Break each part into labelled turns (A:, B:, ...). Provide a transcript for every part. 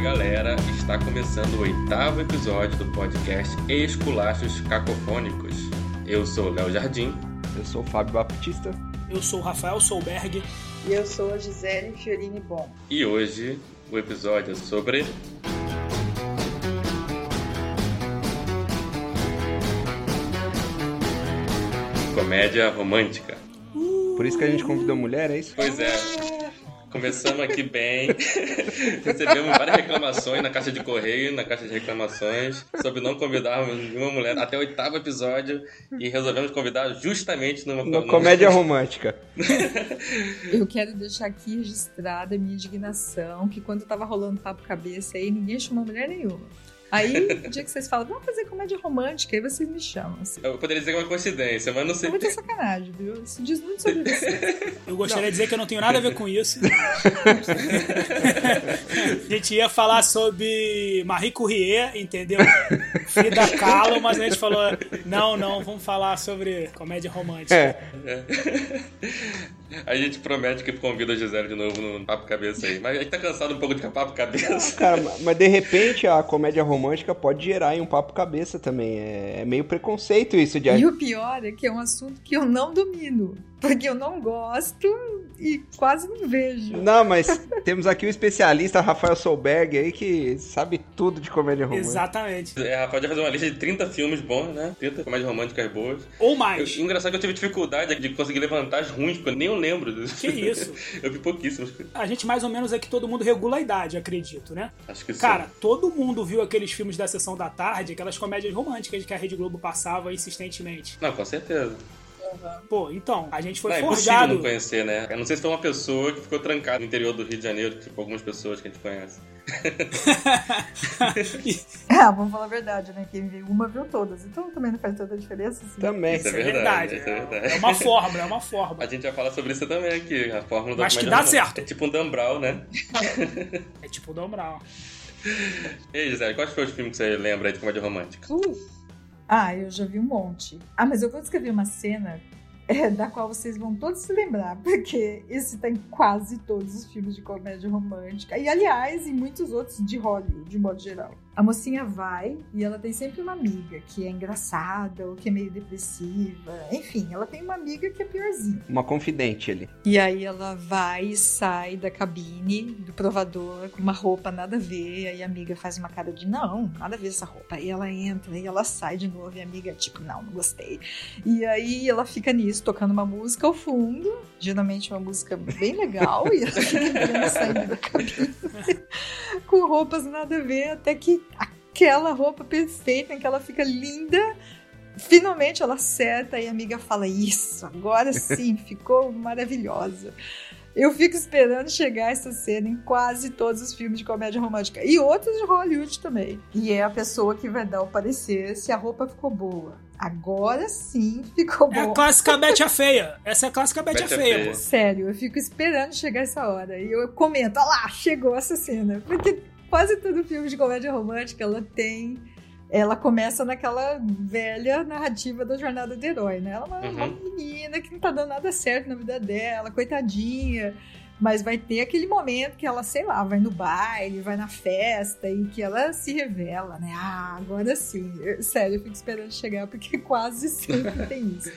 A: galera! Está começando o oitavo episódio do podcast Esculachos Cacofônicos. Eu sou o Léo Jardim.
B: Eu sou o Fábio Baptista.
C: Eu sou o Rafael Solberg.
D: E eu sou a Gisele Fiorini Bom.
A: E hoje o episódio é sobre. Comédia romântica.
B: Por isso que a gente convidou mulher, é isso?
A: Pois é. Começamos aqui bem. Recebemos várias reclamações na caixa de correio, na caixa de reclamações, sobre não convidarmos nenhuma mulher até o oitavo episódio e resolvemos convidar justamente numa
B: Uma comédia romântica.
E: Eu quero deixar aqui registrada a minha indignação, que quando tava rolando papo cabeça aí, ninguém chamou mulher nenhuma. Aí, o dia que vocês falam, vamos fazer comédia romântica, aí vocês me chamam. Assim.
A: Eu poderia dizer que é uma coincidência, mas não
E: É
A: sei.
E: muita sacanagem, viu? Isso diz muito sobre você.
C: Eu gostaria de dizer que eu não tenho nada a ver com isso. a gente ia falar sobre Marie Curie, entendeu? Frida Kahlo, mas a gente falou, não, não, vamos falar sobre comédia romântica.
B: É,
A: A gente promete que convida a Gisele de novo no Papo Cabeça aí. Mas a gente tá cansado um pouco de Papo Cabeça.
B: cara, ma- mas de repente a comédia romântica pode gerar em um papo cabeça também. É, é meio preconceito isso de.
E: E o pior é que é um assunto que eu não domino, porque eu não gosto e quase não vejo.
B: Não, mas temos aqui o especialista Rafael Solberg aí que sabe tudo de comédia romântica.
C: Exatamente.
A: É, Rafael já fazer uma lista de 30 filmes bons, né? 30 comédias românticas boas.
C: Ou
A: Eu,
C: mais.
A: engraçado que eu tive dificuldade de conseguir levantar as ruins, porque eu nem eu lembro disso.
C: Que isso?
A: Eu vi pouquíssimos.
C: A gente mais ou menos é que todo mundo regula a idade, acredito, né?
A: Acho que sim.
C: Cara, todo mundo viu aqueles filmes da Sessão da Tarde, aquelas comédias românticas que a Rede Globo passava insistentemente.
A: Não, com certeza.
C: Pô, então, a gente foi
A: não, é impossível
C: forjado.
A: não conhecer, né? Eu não sei se foi uma pessoa que ficou trancada no interior do Rio de Janeiro, tipo algumas pessoas que a gente conhece.
E: Ah, vamos falar a verdade, né? Quem viu uma viu todas, então também não faz tanta diferença. Assim.
B: Também.
A: Isso é
C: É
A: verdade.
C: verdade.
A: Isso é verdade.
C: É uma fórmula, é uma fórmula.
A: A gente vai falar sobre isso também aqui, a fórmula da
C: Mas que
A: comédia
C: dá
A: romântica.
C: certo.
A: É tipo um Dambrau, né?
C: É tipo o Dom Brown.
A: E aí, Gisele, quais foram os filmes que você lembra aí de comédia romântica?
E: Ah, eu já vi um monte. Ah, mas eu vou descrever uma cena é, da qual vocês vão todos se lembrar, porque esse tá em quase todos os filmes de comédia romântica. E, aliás, em muitos outros de Hollywood, de modo geral. A mocinha vai e ela tem sempre uma amiga que é engraçada ou que é meio depressiva. Enfim, ela tem uma amiga que é piorzinha.
B: Uma confidente ali.
E: E aí ela vai e sai da cabine do provador com uma roupa nada a ver. Aí a amiga faz uma cara de não, nada a ver essa roupa. E ela entra e ela sai de novo. E a amiga, tipo, não, não gostei. E aí ela fica nisso, tocando uma música ao fundo, geralmente uma música bem legal. e ela fica entrando e saindo da cabine com roupas nada a ver, até que aquela roupa perfeita em que ela fica linda. Finalmente ela acerta e a amiga fala: Isso, agora sim, ficou maravilhosa. Eu fico esperando chegar essa cena em quase todos os filmes de comédia romântica e outros de Hollywood também. E é a pessoa que vai dar o parecer se a roupa ficou boa. Agora sim ficou
C: É a
E: boa.
C: clássica Betty a Feia. Essa é a clássica Betty a
A: Betty a
C: Feia,
A: Feia.
C: pô.
E: Sério, eu fico esperando chegar essa hora. E eu comento, olha lá, chegou essa cena. Porque quase todo filme de comédia romântica, ela tem... Ela começa naquela velha narrativa da jornada do herói, né? Ela é uma, uma
A: Uhum.
E: menina que não tá dando nada certo na vida dela, coitadinha. Mas vai ter aquele momento que ela, sei lá, vai no baile, vai na festa e que ela se revela, né? Ah, agora sim. Eu- sério, eu fico esperando chegar porque quase sempre tem isso.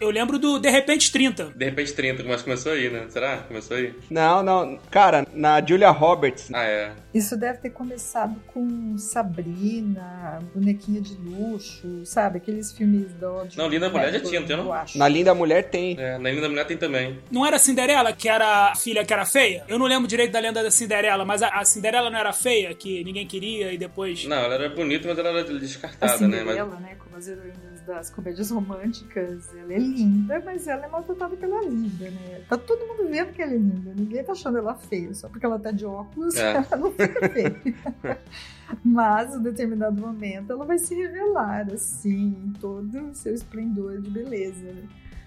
C: Eu lembro do De Repente 30.
A: De repente 30, mas começou aí, né? Será? Começou aí?
B: Não, não. Cara, na Julia Roberts.
A: Ah, é.
E: Isso deve ter começado com Sabrina, Bonequinha de Luxo, sabe? Aqueles filmes do... né, de-
A: Não, Linda Mulher já tinha, não tinha, não?
E: Eu acho.
B: Na Linda Mulher tem.
A: é na Linda Mulher tem também.
C: Não era a Cinderela, que era a filha que era feia? Eu não lembro direito da lenda da Cinderela, mas a, a Cinderela não era feia, que ninguém queria e depois.
A: Não, ela era bonita, mas ela era
E: A
A: descartada, né? Mas...
E: Cinderela, né? Como as heroínas das comédias românticas. Ela é linda, mas ela é maltratada pela linda, né? Tá todo mundo vendo que ela é linda. Ninguém tá achando ela feia. Só porque ela tá de óculos,
A: É.
E: ela não fica feia. mas, em determinado momento, ela vai se revelar, assim, em todo o seu esplendor de beleza.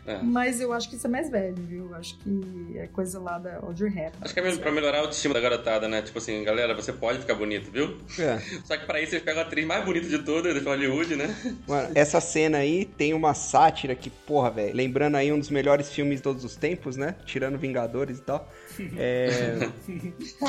A: É.
E: Mas eu acho que isso é mais velho, viu? Eu acho que é coisa lá da Audrey Hepburn.
A: Acho que é mesmo pra melhorar a autoestima da garotada, né? Tipo assim, galera, você pode ficar bonito, viu?
B: É.
A: Só que pra isso eles pegam a atriz mais bonita de todas, de Hollywood, né?
B: Mano, essa cena aí tem uma sátira que, porra, velho. Lembrando aí um dos melhores filmes de todos os tempos, né? Tirando Vingadores e tal. É...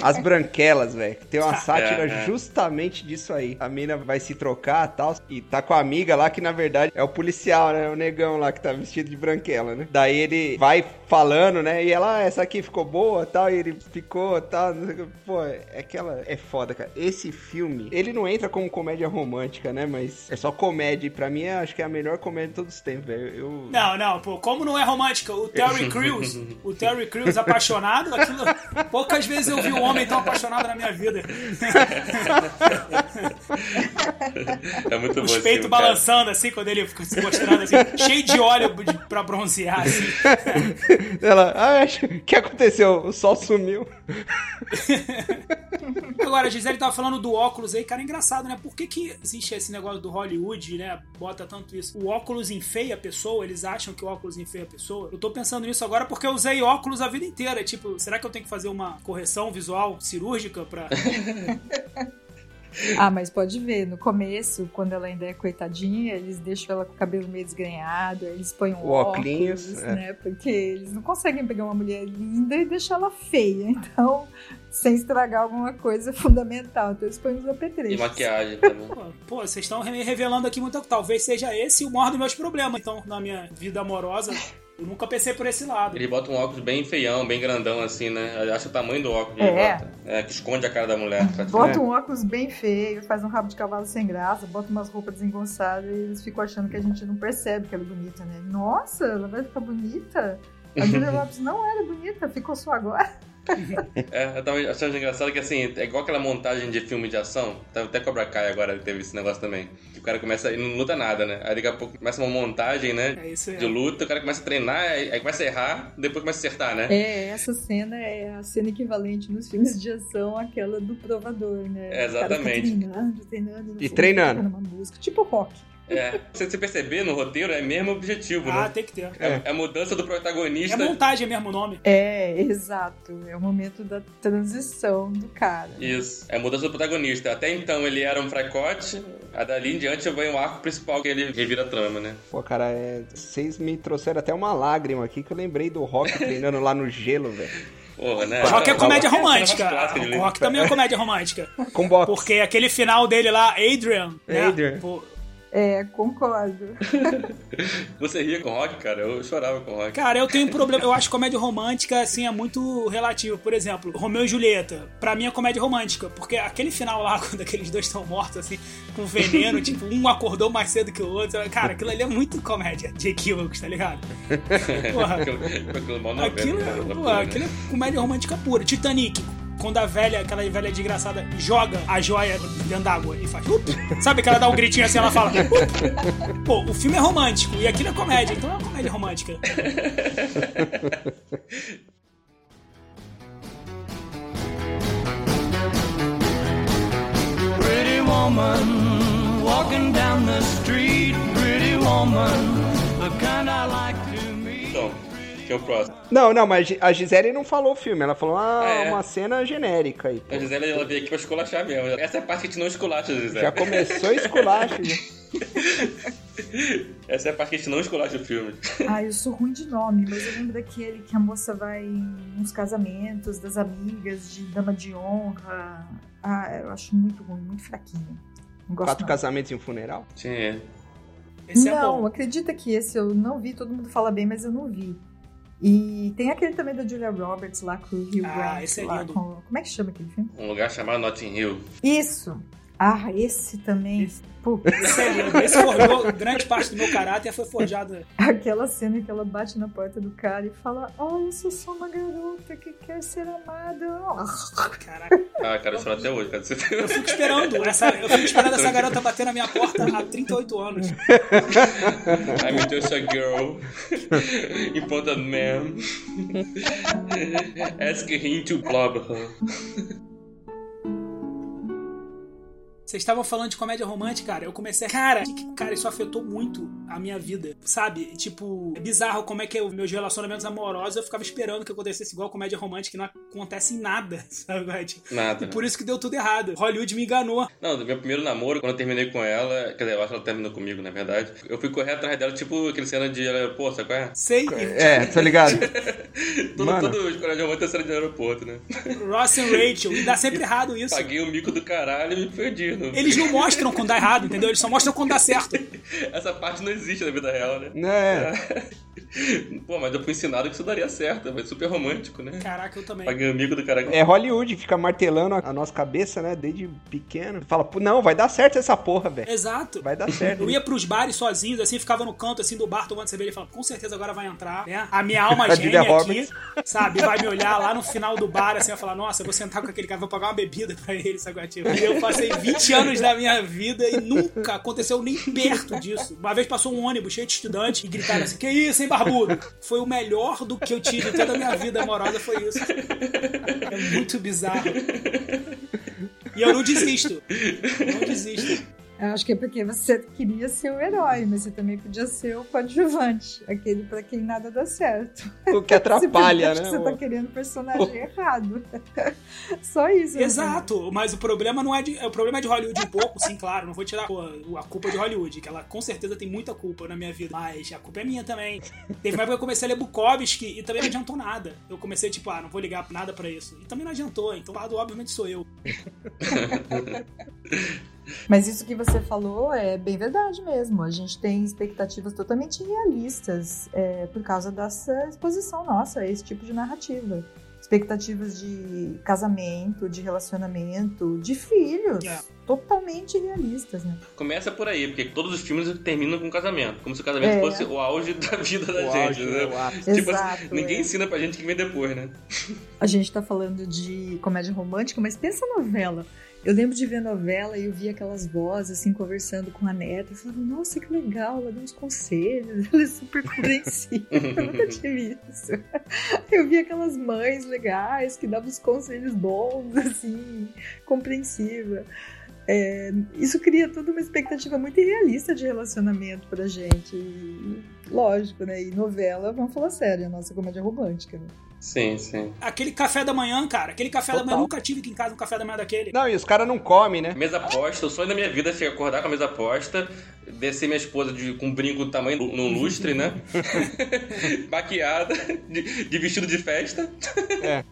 B: As Branquelas, velho. que Tem uma sátira
A: É, é.
B: justamente disso aí. A mina vai se trocar e tal. E tá com a amiga lá que, na verdade, é o policial, né? O negão lá que tá vestido de branquela, né? Daí ele vai falando, né? E ela, "Ah, essa aqui ficou boa tal. E ele ficou tal. não sei o que. Pô, é aquela. É foda, cara. Esse filme, ele não entra como comédia romântica, né? Mas é só comédia. E pra mim, é- acho que é a melhor comédia de todos os tempos, velho. Eu.
C: Não, não, pô, como não é romântica? O Terry Crews, o Terry Crews apaixonado, aquilo, poucas vezes eu vi um homem tão apaixonado na minha vida.
A: É muito bom.
C: Os
A: esse
C: peitos
A: filme, cara.
C: balançando assim, quando ele fica se mostrando assim, cheio de óleo de- pra bronzear assim.
B: Ela. Ah, acho- o que aconteceu? O sol sumiu.
C: Agora, a Gisele tava falando do óculos aí, cara, é engraçado, né? Por que, que existe esse negócio do Hollywood, né? Bota tanto isso. O óculos enfeia a pessoa, eles acham que o óculos enfeia a pessoa. Eu tô pensando nisso agora porque eu usei óculos a vida inteira. Tipo, será que eu tenho que fazer uma correção visual cirúrgica pra.
E: Ah, mas pode ver, no começo, quando ela ainda é coitadinha, eles deixam ela com o cabelo meio desgrenhado, aí eles põem um
B: O óculos,
E: óculos,
B: é.
E: né? Porque eles não conseguem pegar uma mulher linda e deixar ela feia, então, sem estragar alguma coisa fundamental. Então eles põem os
A: E
E: apetrechos.
A: maquiagem tá também.
C: Pô, Pô, vocês estão re- revelando aqui muita coisa. Talvez seja esse o maior dos meus problemas. Então, na minha vida amorosa, eu nunca pensei por esse lado.
A: Ele bota um óculos bem feião, bem grandão assim, né? Acho o tamanho do óculos que ele
E: É.
A: bota. É, que esconde a cara da mulher. tá? praticamente.
E: Bota um óculos bem feio, faz um rabo de cavalo sem graça, bota umas roupas desengonçadas e eles ficam achando que a gente não percebe que ela é bonita, né? Nossa, ela vai ficar bonita? A Julia Lopes não era bonita, ficou só agora.
A: É, eu tava achando engraçado que assim, é igual aquela montagem de filme de ação. Tava até Cobra Kai agora teve esse negócio também. Que o cara começa e não luta nada, né? Aí daqui a pouco começa uma montagem, né?
C: É isso aí.
A: De luta, o cara começa a treinar, aí aí começa a errar, depois começa a acertar, né?
E: É, essa cena é a cena equivalente nos filmes de ação àquela do provador,
A: É,
E: né? O cara fica
A: exatamente.
E: treinando, treinando. no
B: E
E: fundo,
B: treinando.
E: tocando uma música, tipo rock.
A: É. Se você perceber no roteiro, é mesmo objetivo,
C: Ah,
A: né? tá-
C: tem que ter.
A: É. é a mudança do
C: É
A: protagonista.
C: montagem mesmo o nome.
E: É, exato. É o momento da transição do cara.
A: Isso, é a mudança do protagonista. Até então ele era um fracote, a dali em diante vem o arco principal que ele revira a trama, né?
B: Pô, cara, é... vocês me trouxeram até uma lágrima aqui que eu lembrei do Rock treinando lá no gelo, velho.
A: Porra, né?
C: Rock é
A: Não,
C: comédia
A: Rock é
C: romântica.
A: uma clássica de-
C: Rock também é comédia romântica.
B: Com boxe.
C: Porque aquele final dele lá, Adrian. né?
B: Adrian.
C: Pô,
E: É, concordo.
A: Você ria com Rock, cara? Eu chorava com Rock.
C: Cara, eu tenho um problema. Eu acho comédia romântica, assim, é muito relativo. Por exemplo, Romeu e Julieta. Pra mim é comédia romântica. Porque aquele final lá, quando aqueles dois estão mortos, assim, com veneno, tipo, um acordou mais cedo que o outro. Cara, aquilo ali é muito comédia de equívocos, tá ligado? Porra,
A: Aquilo, aquilo, mal novela,
C: aquilo,
A: cara,
C: é, pô,
A: loucura, né?
C: aquilo é comédia romântica pura. Titanic. Quando a velha, aquela velha desgraçada, joga a joia dentro d'água e faz. "Up!" Sabe que ela dá um gritinho assim, ela fala. "Up!" Pô, o filme é romântico e aquilo é comédia, então é uma comédia romântica.
F: Pretty woman, walking down the street. Pretty woman, the kind I like to meet.
A: Então, que é o próximo.
B: Não, não, mas a Gisele não falou o filme, ela falou ah,
A: Ah, é?
B: uma cena genérica aí. pô.
A: A Gisele, ela veio aqui pra esculachar mesmo. Essa é a parte que a gente não esculacha, Gisele.
B: Já começou esculacho. já.
A: Essa é a parte que a gente não esculacha o filme.
E: Ah, eu sou ruim de nome, mas eu lembro daquele que a moça vai em uns casamentos das amigas, de dama de honra. Ah, eu acho muito ruim, muito fraquinho. Não gosto
B: Quatro
E: não.
B: casamentos e um funeral.
A: Sim.
C: Esse é
E: não,
C: bom.
E: acredita que esse eu não vi, todo mundo fala bem, mas eu não vi. E tem aquele também da Julia Roberts lá com o Hugh
C: Ah,
E: Grant.
C: esse é
E: lá
C: lindo.
E: com- Como é que chama aquele filme?
A: Um lugar chamado Notting Hill.
E: Isso! Ah, esse também. Putz.
C: Esse é lindo. Esse forjou grande parte do meu caráter, foi forjado.
E: Aquela cena que ela bate na porta do cara e fala: Oh, eu sou só uma garota que quer ser amada.
C: Caraca,
A: Ah, cara, eu choro até hoje, cara. Você tem-
C: eu fico esperando. Essa, eu fico esperando essa garota bater na minha porta há 38 anos.
A: I'm just a girl. Important man. Ask him to blob her.
C: Vocês estavam falando de comédia romântica, cara. Eu comecei a. Cara, que- cara, isso afetou muito a minha vida. Sabe? Tipo, é bizarro como é que os meus relacionamentos amorosos eu ficava esperando que acontecesse igual comédia romântica, que não acontece em nada, sabe? Tipo,
A: Nada.
C: Por isso que deu tudo errado. Hollywood me enganou.
A: Não, do meu primeiro namoro, quando eu terminei com ela, quer dizer, eu acho que ela terminou comigo, na verdade. Eu fui correr atrás dela, tipo aquele cena de aeroporto, sabe qual é?
C: Sei.
B: É, tô ligado.
A: Tudo,
B: Mano.
A: tudo escolha de romance é cena de aeroporto, né?
C: Ross e Rachel. E dá sempre errado isso.
A: Paguei o mico do caralho e me perdi. Não.
C: Eles não mostram quando dá errado, entendeu? Eles só mostram quando dá certo.
A: Essa parte não existe na vida real, né?
B: É,
A: Pô, mas eu fui ensinado que isso daria certo, mas super romântico, né?
C: Caraca, eu também.
A: Paguei o mico do caralho.
B: é Hollywood, fica martelando a a nossa cabeça, né, desde pequeno. Fala, "Pô, não, vai dar certo essa porra, velho.
C: Exato.
B: Vai dar certo.
C: Eu ia pros bares sozinhos, assim, ficava no canto, assim, do bar, tomando cerveja e falava, com certeza agora vai entrar, né? A minha alma
B: A Julia
C: gêmea aqui,
B: Roberts.
C: sabe? Vai me olhar lá no final do bar, assim, vai falar, nossa, eu vou sentar com aquele cara, vou pagar uma bebida pra ele, sabe? Tipo, E eu passei 20 anos da minha vida e nunca aconteceu nem perto disso. Uma vez passou um ônibus cheio de estudante e gritaram assim, que isso, hein, barbudo? Foi o melhor do que eu tive em toda a minha vida amorosa, foi isso. É muito bizarro. E eu não desisto. Não desisto.
E: Eu acho que é porque você queria ser o herói, mas você também podia ser o coadjuvante, aquele pra quem nada dá certo.
B: O que atrapalha,
E: Simplesmente
B: né?
E: Você tá querendo personagem errado. Só isso. né?
C: Exato, mas o problema não é de. O problema é de Hollywood um pouco, sim, claro. Não vou tirar pô, a culpa de Hollywood, que ela com certeza tem muita culpa na minha vida. Mas a culpa é minha também. Teve uma época que eu comecei a ler Bukowski e também não adiantou nada. Eu comecei, tipo, ah, não vou ligar nada pra isso. E também não adiantou, então o lado, obviamente, sou eu.
E: Mas isso que você falou é bem verdade mesmo. A gente tem expectativas totalmente realistas é, por causa dessa exposição nossa, a esse tipo de narrativa. Expectativas de casamento, de relacionamento, de filhos.
C: É.
E: Totalmente realistas, né?
A: Começa por aí, porque todos os filmes terminam com casamento. Como se o casamento
E: É.
A: fosse o auge da vida da
B: O
A: gente,
B: auge,
A: né?
B: o ápice.
A: Tipo assim,
E: Exato.
A: Ninguém
E: é.
A: ensina pra gente que vem depois, né?
E: A gente tá falando de comédia romântica, mas pensa novela. Eu lembro de ver novela e eu via aquelas vozes assim conversando com a neta. Eu falava, nossa, que legal, ela deu uns conselhos, ela é super compreensiva. eu nunca tive isso. Eu via aquelas mães legais que davam uns conselhos bons, assim, compreensiva. É, isso cria toda uma expectativa muito irrealista de relacionamento pra gente. E, lógico, né? E novela, vamos falar sério, é a nossa comédia romântica. Né?
A: Sim, sim.
C: Aquele café da manhã, cara, aquele café da
B: Total.
C: manhã, eu nunca tive aqui em casa um café da manhã daquele.
B: Não, e os caras não comem, né?
A: Mesa posta, o sonho da minha vida é chegar- acordar com a mesa posta, descer minha esposa de- com um brinco do tamanho do- num lustre, né? Maquiada, de, de vestido de festa.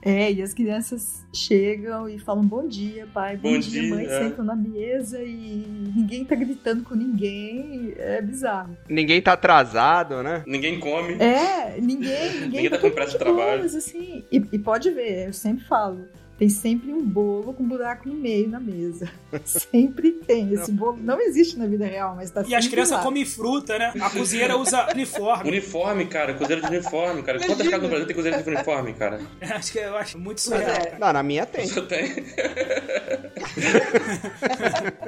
E: É, e as crianças chegam e falam bom dia, pai, bom,
A: Bom
E: dia,
A: dia,
E: mãe,
A: é.
E: sentam na mesa e ninguém tá gritando com ninguém, é bizarro.
B: Ninguém tá atrasado, né?
A: Ninguém come.
E: É, ninguém, ninguém,
A: Ninguém tá com
E: todo
A: pressa
E: mundo
A: de
E: de
A: trabalho.
E: boas, assim. E, e pode ver, eu sempre falo, tem sempre um bolo com buraco no meio na mesa. sempre tem, esse bolo não existe na vida real, mas tá
C: E
E: sempre
C: as crianças
E: lá.
C: comem fruta, né? A cozinheira usa uniforme.
A: Uniforme, cara, cozeiro de uniforme, cara. Quantas casas no Brasil tem cozeiro de uniforme, cara?
C: acho que eu acho muito
D: Mas
C: surreal.
D: é,
B: Não, na minha tem.
A: Só tem.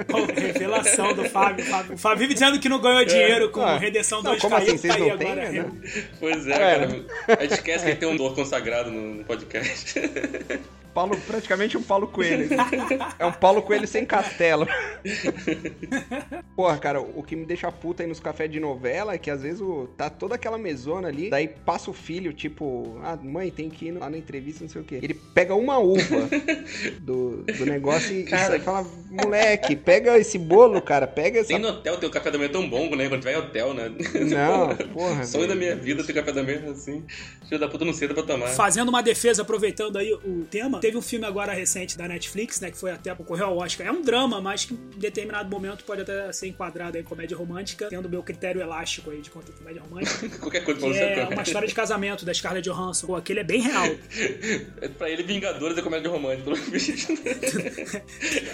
C: Pô, revelação do Fábio. Fábio. O Fábio vive dizendo que não ganhou dinheiro com
B: Ah,
C: redenção
B: não,
C: 2
B: como
C: caiu,
B: assim? Vocês
C: tá aí
B: não têm,
C: agora.
B: né?
A: Pois é,
B: Cara.
A: cara. A gente esquece que tem um dor consagrado no podcast.
B: Paulo, praticamente um Paulo Coelho. É um Paulo Coelho sem castelo. Porra, cara, o que me deixa puta aí nos cafés de novela é que às vezes o- tá toda aquela mesona ali, daí passa o filho, tipo, ah, mãe, tem que ir lá na entrevista, não sei o quê. Ele pega uma uva do, do negócio e,
A: Cara.
B: e fala, moleque, pega esse bolo, cara, pega essa...
A: Nem no hotel tem o café da manhã tão bom, né? Quando vai em hotel, né?
B: Não,
C: Ah,
B: porra.
A: Sonho da
B: velho.
A: minha vida ter café da manhã assim. Filho da puta não cedo pra tomar.
C: Fazendo uma defesa, aproveitando aí o tema, teve um filme agora recente da Netflix, né? Que foi até concorreu ao Oscar. É um drama, mas que em determinado momento pode até ser enquadrado aí em comédia romântica, tendo o meu critério elástico aí de conta de comédia romântica.
A: Qualquer coisa pra
C: Que
A: você
C: é
A: comer.
C: uma história de casamento da Scarlett Johansson. Pô, aquele é bem real.
A: Pra ele, Vingadores é comédia romântica, pelo visto.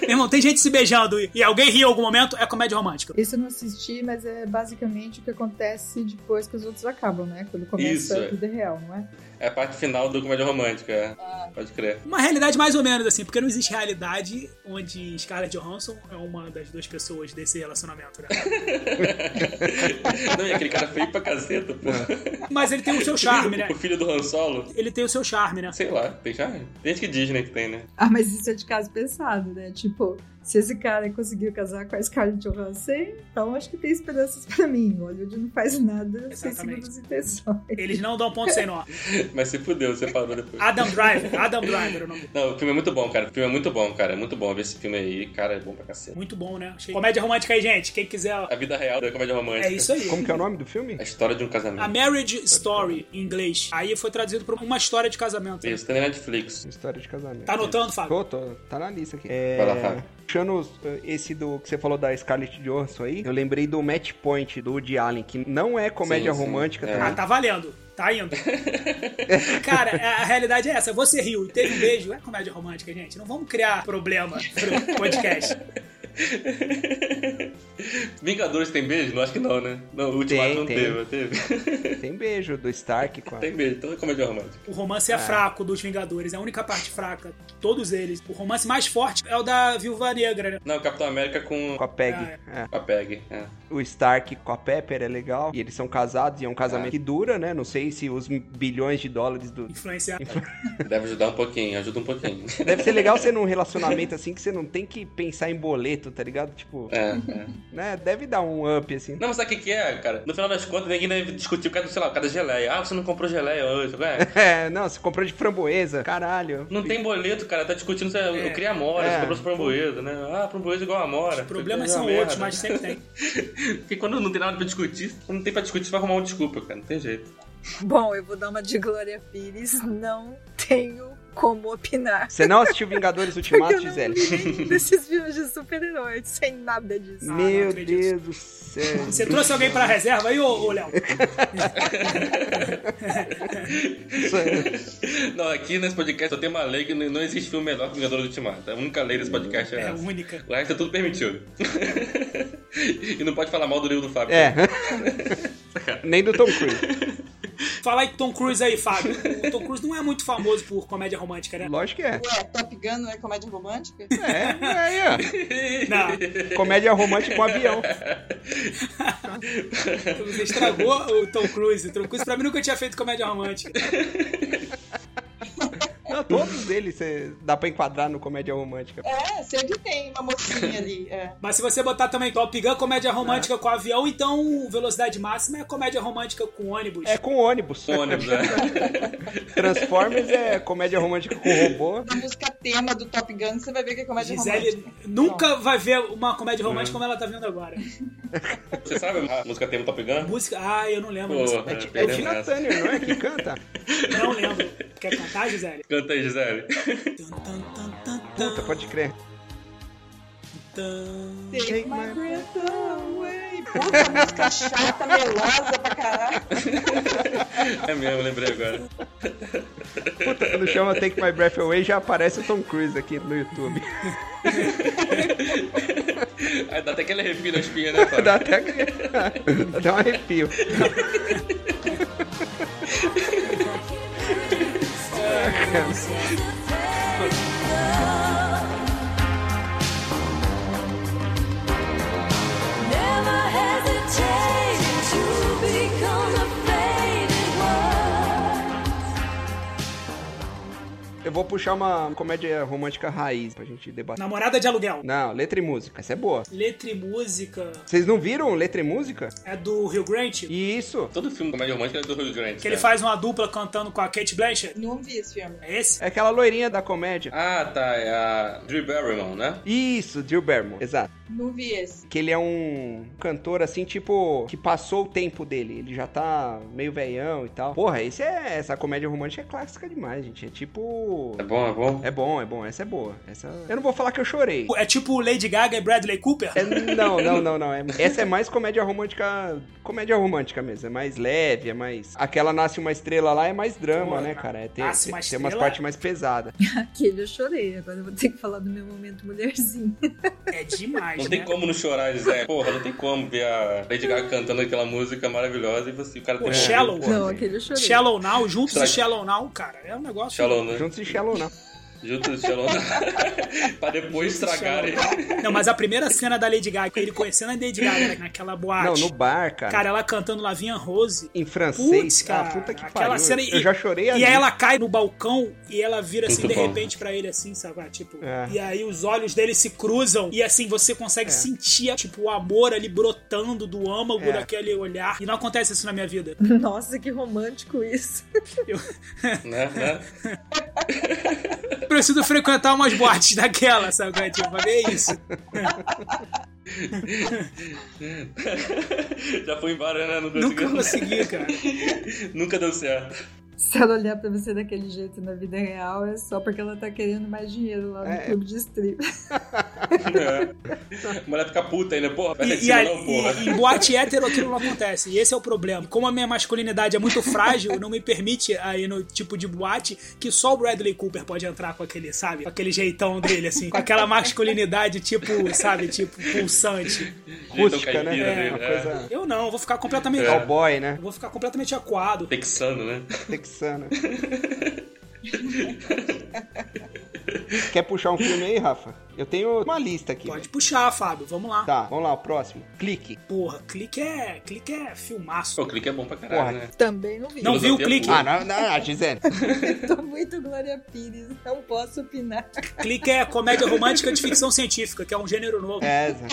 C: Meu irmão, tem gente se beijando e- e alguém ri em algum momento, é comédia romântica.
E: Esse eu não assisti, mas é basicamente o que acontece depois que os outros acabam, né? Quando começa
A: Isso, é.
E: a vida real, não é?
A: É a parte final do comédia romântica, é. Pode crer.
C: Uma realidade mais ou menos, assim, porque não existe realidade onde Scarlett Johansson é uma das duas pessoas desse relacionamento, né?
A: Não, e aquele cara feio pra caceta, pô.
C: Mas ele tem o seu Ah. charme, né?
A: O filho do Han Solo.
C: Ele tem o seu charme, né?
A: Sei lá, tem charme? Tem gente que diz, né, que tem, né?
E: Ah, mas isso é de caso pensado, né? Tipo, Se esse cara conseguiu casar com a Scarlett Johansson, então acho que tem esperanças pra mim. Hollywood não faz nada sem
C: Exatamente.
E: segundas intenções.
C: Eles não dão ponto sem nó.
A: Mas se fudeu, você parou depois.
C: Adam Driver, Adam Driver é o nome dele.
A: Não, o filme é muito bom, cara. O filme é muito bom, cara. É muito bom ver esse filme aí. Cara, é bom pra cacete.
C: Muito bom, né? Achei- Comédia romântica aí, gente. Quem quiser, ó.
A: A vida real da comédia romântica.
C: é isso aí.
B: Como que é o nome do filme?
A: A história de um
C: A
A: casamento.
C: Marriage Story, em inglês. Aí foi traduzido por uma história de casamento.
A: Isso, tem na Netflix.
B: História de casamento.
C: Tá anotando, Fábio?
B: Tô, tô, tá na lista aqui. É,
A: Vai lá, Fábio.
B: Puxando os- eh, esse do que você falou da Scarlett Johansson aí, eu lembrei do Match Point do Woody Allen, que não é comédia
A: Sim, sim.
B: romântica
A: É.
B: também.
C: Ah, tá valendo. Tá indo. Cara, a a realidade é essa. Você riu e teve um beijo. É comédia romântica, gente. Não vamos criar problema pro podcast.
A: Vingadores tem beijo? Não acho que não, né? Não, o Ultimato
B: Tem,
A: não teve,
B: tem.
A: teve.
B: Tem beijo do Stark com a...
A: tem beijo, então é comédia romântica.
C: O romance é, fraco dos Vingadores. É a única parte fraca. Todos eles. O romance mais forte é o da Viúva Negra, né? Ah,
A: Não, Capitão América com
B: com a Peg. É.
A: a Peg. É.
B: O Stark com a Pepper é legal. E eles são casados e é um casamento que dura, né? Não sei se os bilhões de dólares do.
C: Influenciar.
A: Deve ajudar um pouquinho, ajuda um pouquinho.
B: Deve ser legal ser num relacionamento assim que você não tem que pensar em boleto, tá ligado? Tipo,
A: É, é.
B: né? Deve dar um up assim.
A: Não, mas sabe o que, que é, cara? No final das contas, ninguém deve discutir por causa, do, sei lá, por causa da geleia. Ah, você não comprou geleia hoje, ué.
B: É, não, você comprou de framboesa. Caralho.
A: Não tem boleto, cara. Tá discutindo se eu
C: É.
A: criei amora,
B: É.
A: se comprou framboesa, né? Ah, framboesa igual amora.
C: Os problemas
A: Isso é
C: são
A: uma
C: outros,
A: merda.
C: mas sempre tem.
A: Porque quando não tem nada pra discutir, quando não tem pra discutir, você vai arrumar uma desculpa, cara. Não tem jeito.
E: Bom, eu vou dar uma de Glória Pires. Não tenho como opinar.
B: Você não assistiu Vingadores
E: Porque
B: Ultimato,
E: eu não
B: Gisele?
E: vi nenhum desses filmes de super-herói, sem nada disso.
C: não
B: Meu
C: acredito.
B: Deus do céu.
C: Você trouxe alguém pra reserva aí, ô, ô Léo?
B: Isso é-
A: Não, aqui nesse podcast só tem uma lei que não não existe filme melhor que Vingador do Ultimato. A única lei desse podcast é,
C: É a
A: essa.
C: única.
A: O resto é tudo permitido. e não pode falar mal do livro do Fábio.
B: É. Nem do Tom Cruise.
C: Falar aí Tom Cruise aí, Fábio. O Tom Cruise não é muito famoso por comédia romântica, né?
B: Lógico que é.
D: Ué, Top Gun não é comédia romântica?
B: É, é aí,
C: Não.
B: ó. Comédia romântica com avião.
C: Você estragou o Tom Cruise. O Tom Cruise pra mim nunca tinha feito comédia romântica.
B: Não, todos eles você dá pra enquadrar no comédia romântica.
D: É, sempre tem uma mocinha ali. É.
C: Mas se você botar também Top Gun, comédia romântica com avião, então velocidade máxima é comédia romântica com ônibus.
B: É com ônibus.
A: Ônibus, né?
B: Transformers é comédia romântica com robô.
D: Na música tema do Top Gun, você vai ver que é comédia
C: Gisele
D: romântica.
C: nunca vai ver uma comédia romântica como ela tá vendo agora.
A: Você sabe a música tema Top Gun?
C: Música. Ah, eu não lembro.
A: Porra,
B: É o
A: perdemos
B: Tina
A: essa.
B: Turner, não é? Que canta?
C: Não lembro. Quer cantar, Gisele?
A: Canta aí, Gisele.
C: Tan, tan, tan, tan,
B: Puta,
C: tan,
B: pode crer.
C: tan.
D: Take my breath away. Puta, música chata, melosa pra caralho.
A: É mesmo, lembrei agora.
B: Puta, quando chama Take My Breath Away já aparece o Tom Cruise aqui no YouTube.
A: Aí dá até aquele arrepio na espinha, né, Fábio?
B: Dá até dá um arrepio.
G: Never hesitate to become a faded one.
B: Eu vou puxar uma comédia romântica raiz pra gente debater.
C: Namorada de aluguel.
B: Não, letra e música. Essa é boa.
C: Letra e música
B: Vocês não viram letra e música?
C: é do Rio Grant.
B: E isso.
A: Todo filme de comédia romântica é do Rio Grande.
C: Que ele
A: cara.
C: faz uma dupla cantando com a Kate Blanchett.
D: Não vi esse filme.
C: É esse?
B: É aquela loirinha da comédia.
A: Ah, tá. É a Drew Barrymore, né?
B: Isso, Drew Barrymore. Exato.
D: Não vi esse.
B: Que ele é um cantor assim, tipo, que passou o tempo dele. Ele já tá meio veião e tal. Porra, esse é, essa comédia romântica é clássica demais, gente. É tipo.
A: É bom, é bom.
B: É bom, é bom. Essa é boa. Essa... Eu não vou falar que eu chorei.
C: É tipo Lady Gaga e Bradley Cooper?
B: É, não, não, não, não. é- essa é mais comédia romântica. Comédia romântica mesmo. É mais leve, é mais. Aquela Nasce uma Estrela lá é mais drama,
C: Porra,
B: né, cara? É, tem,
C: Nasce
B: tem,
C: uma
B: tem umas
C: Estrela-
B: partes mais pesadas.
E: Aquele eu chorei, agora eu vou ter que falar do meu momento mulherzinho.
C: É demais,
A: Não
C: né?
A: tem como não chorar, Gisele. Porra, não tem como ver a Lady Gaga cantando aquela música maravilhosa e você, o cara
C: Pô,
A: tem...
C: Shallow.
B: Pô,
E: Não, aquele eu chorei.
C: Shallow Now, juntos
A: Será
C: e
A: que-
C: Shallow Now, cara, é um negócio...
A: Shallow, né?
B: Juntos e Shallow, não.
A: Junto do Xelon. pra depois estragarem.
C: Não, mas a primeira cena da Lady Gaga, ele conhecendo a Lady Gaga né, naquela
B: Não,
C: boate.
B: no bar, cara.
C: Cara, ela cantando Lavinha Rose.
B: em francês.
C: Putz, cara.
B: ah, puta que
C: aquela
B: pariu.
C: cena.
B: eu já chorei
C: E
B: ali.
C: aí ela cai no balcão e ela vira assim,
A: Muito
C: de
A: bom.
C: repente, pra ele, assim, sabe? Ah, Tipo,
B: É.
C: e aí os olhos dele se cruzam e assim você consegue sentir, tipo, o amor ali brotando do âmago
B: É.
C: daquele olhar. E não acontece isso na minha vida.
E: Nossa, que romântico isso.
C: Eu
A: Né? né?
C: preciso frequentar umas boates daquela, sabe? qual é? Tipo, pra ver isso.
A: Já fui embora, né? Não consegui.
C: Nunca consegui, cara.
A: Nunca deu certo.
E: Se ela olhar pra você daquele jeito na vida real, é só porque ela tá querendo mais dinheiro lá no
B: É.
E: clube de strip.
A: É. A mulher fica puta ainda, porra. Vai lá em
C: E, e,
A: cima,
C: a-
A: não, porra.
C: e- e em boate hétero aquilo não acontece. E esse é o problema. Como a minha masculinidade é muito frágil, não me permite aí no tipo de boate que só o Bradley Cooper pode entrar com aquele, sabe? Com aquele jeitão dele, assim. Com aquela masculinidade, tipo, sabe? Tipo, pulsante.
A: Jeitão
B: Rústica, né?
A: caipira
B: É, uma
A: dele,
B: coisa-
C: Eu não, vou ficar completamente.
A: É.
B: Cowboy, né?
C: Vou ficar completamente acuado.
A: Texano, né?
B: Texana. Quer puxar um filme aí, Rafa? Eu tenho uma lista aqui.
C: Pode puxar, Fábio. Vamos lá.
B: Tá, vamos lá, o próximo. Clique.
C: Porra, clique é. Clique é filmaço.
A: Pô, o clique é bom pra caralho,
B: Porra.
A: né?
E: Também não vi.
C: Não viu o
A: Filosofia
C: clique?
A: pura.
B: Ah, não, não, Gisele.
E: Tô muito Glória Pires, não posso opinar.
C: Clique é comédia romântica de ficção científica, que é um gênero novo.
B: É, Zé.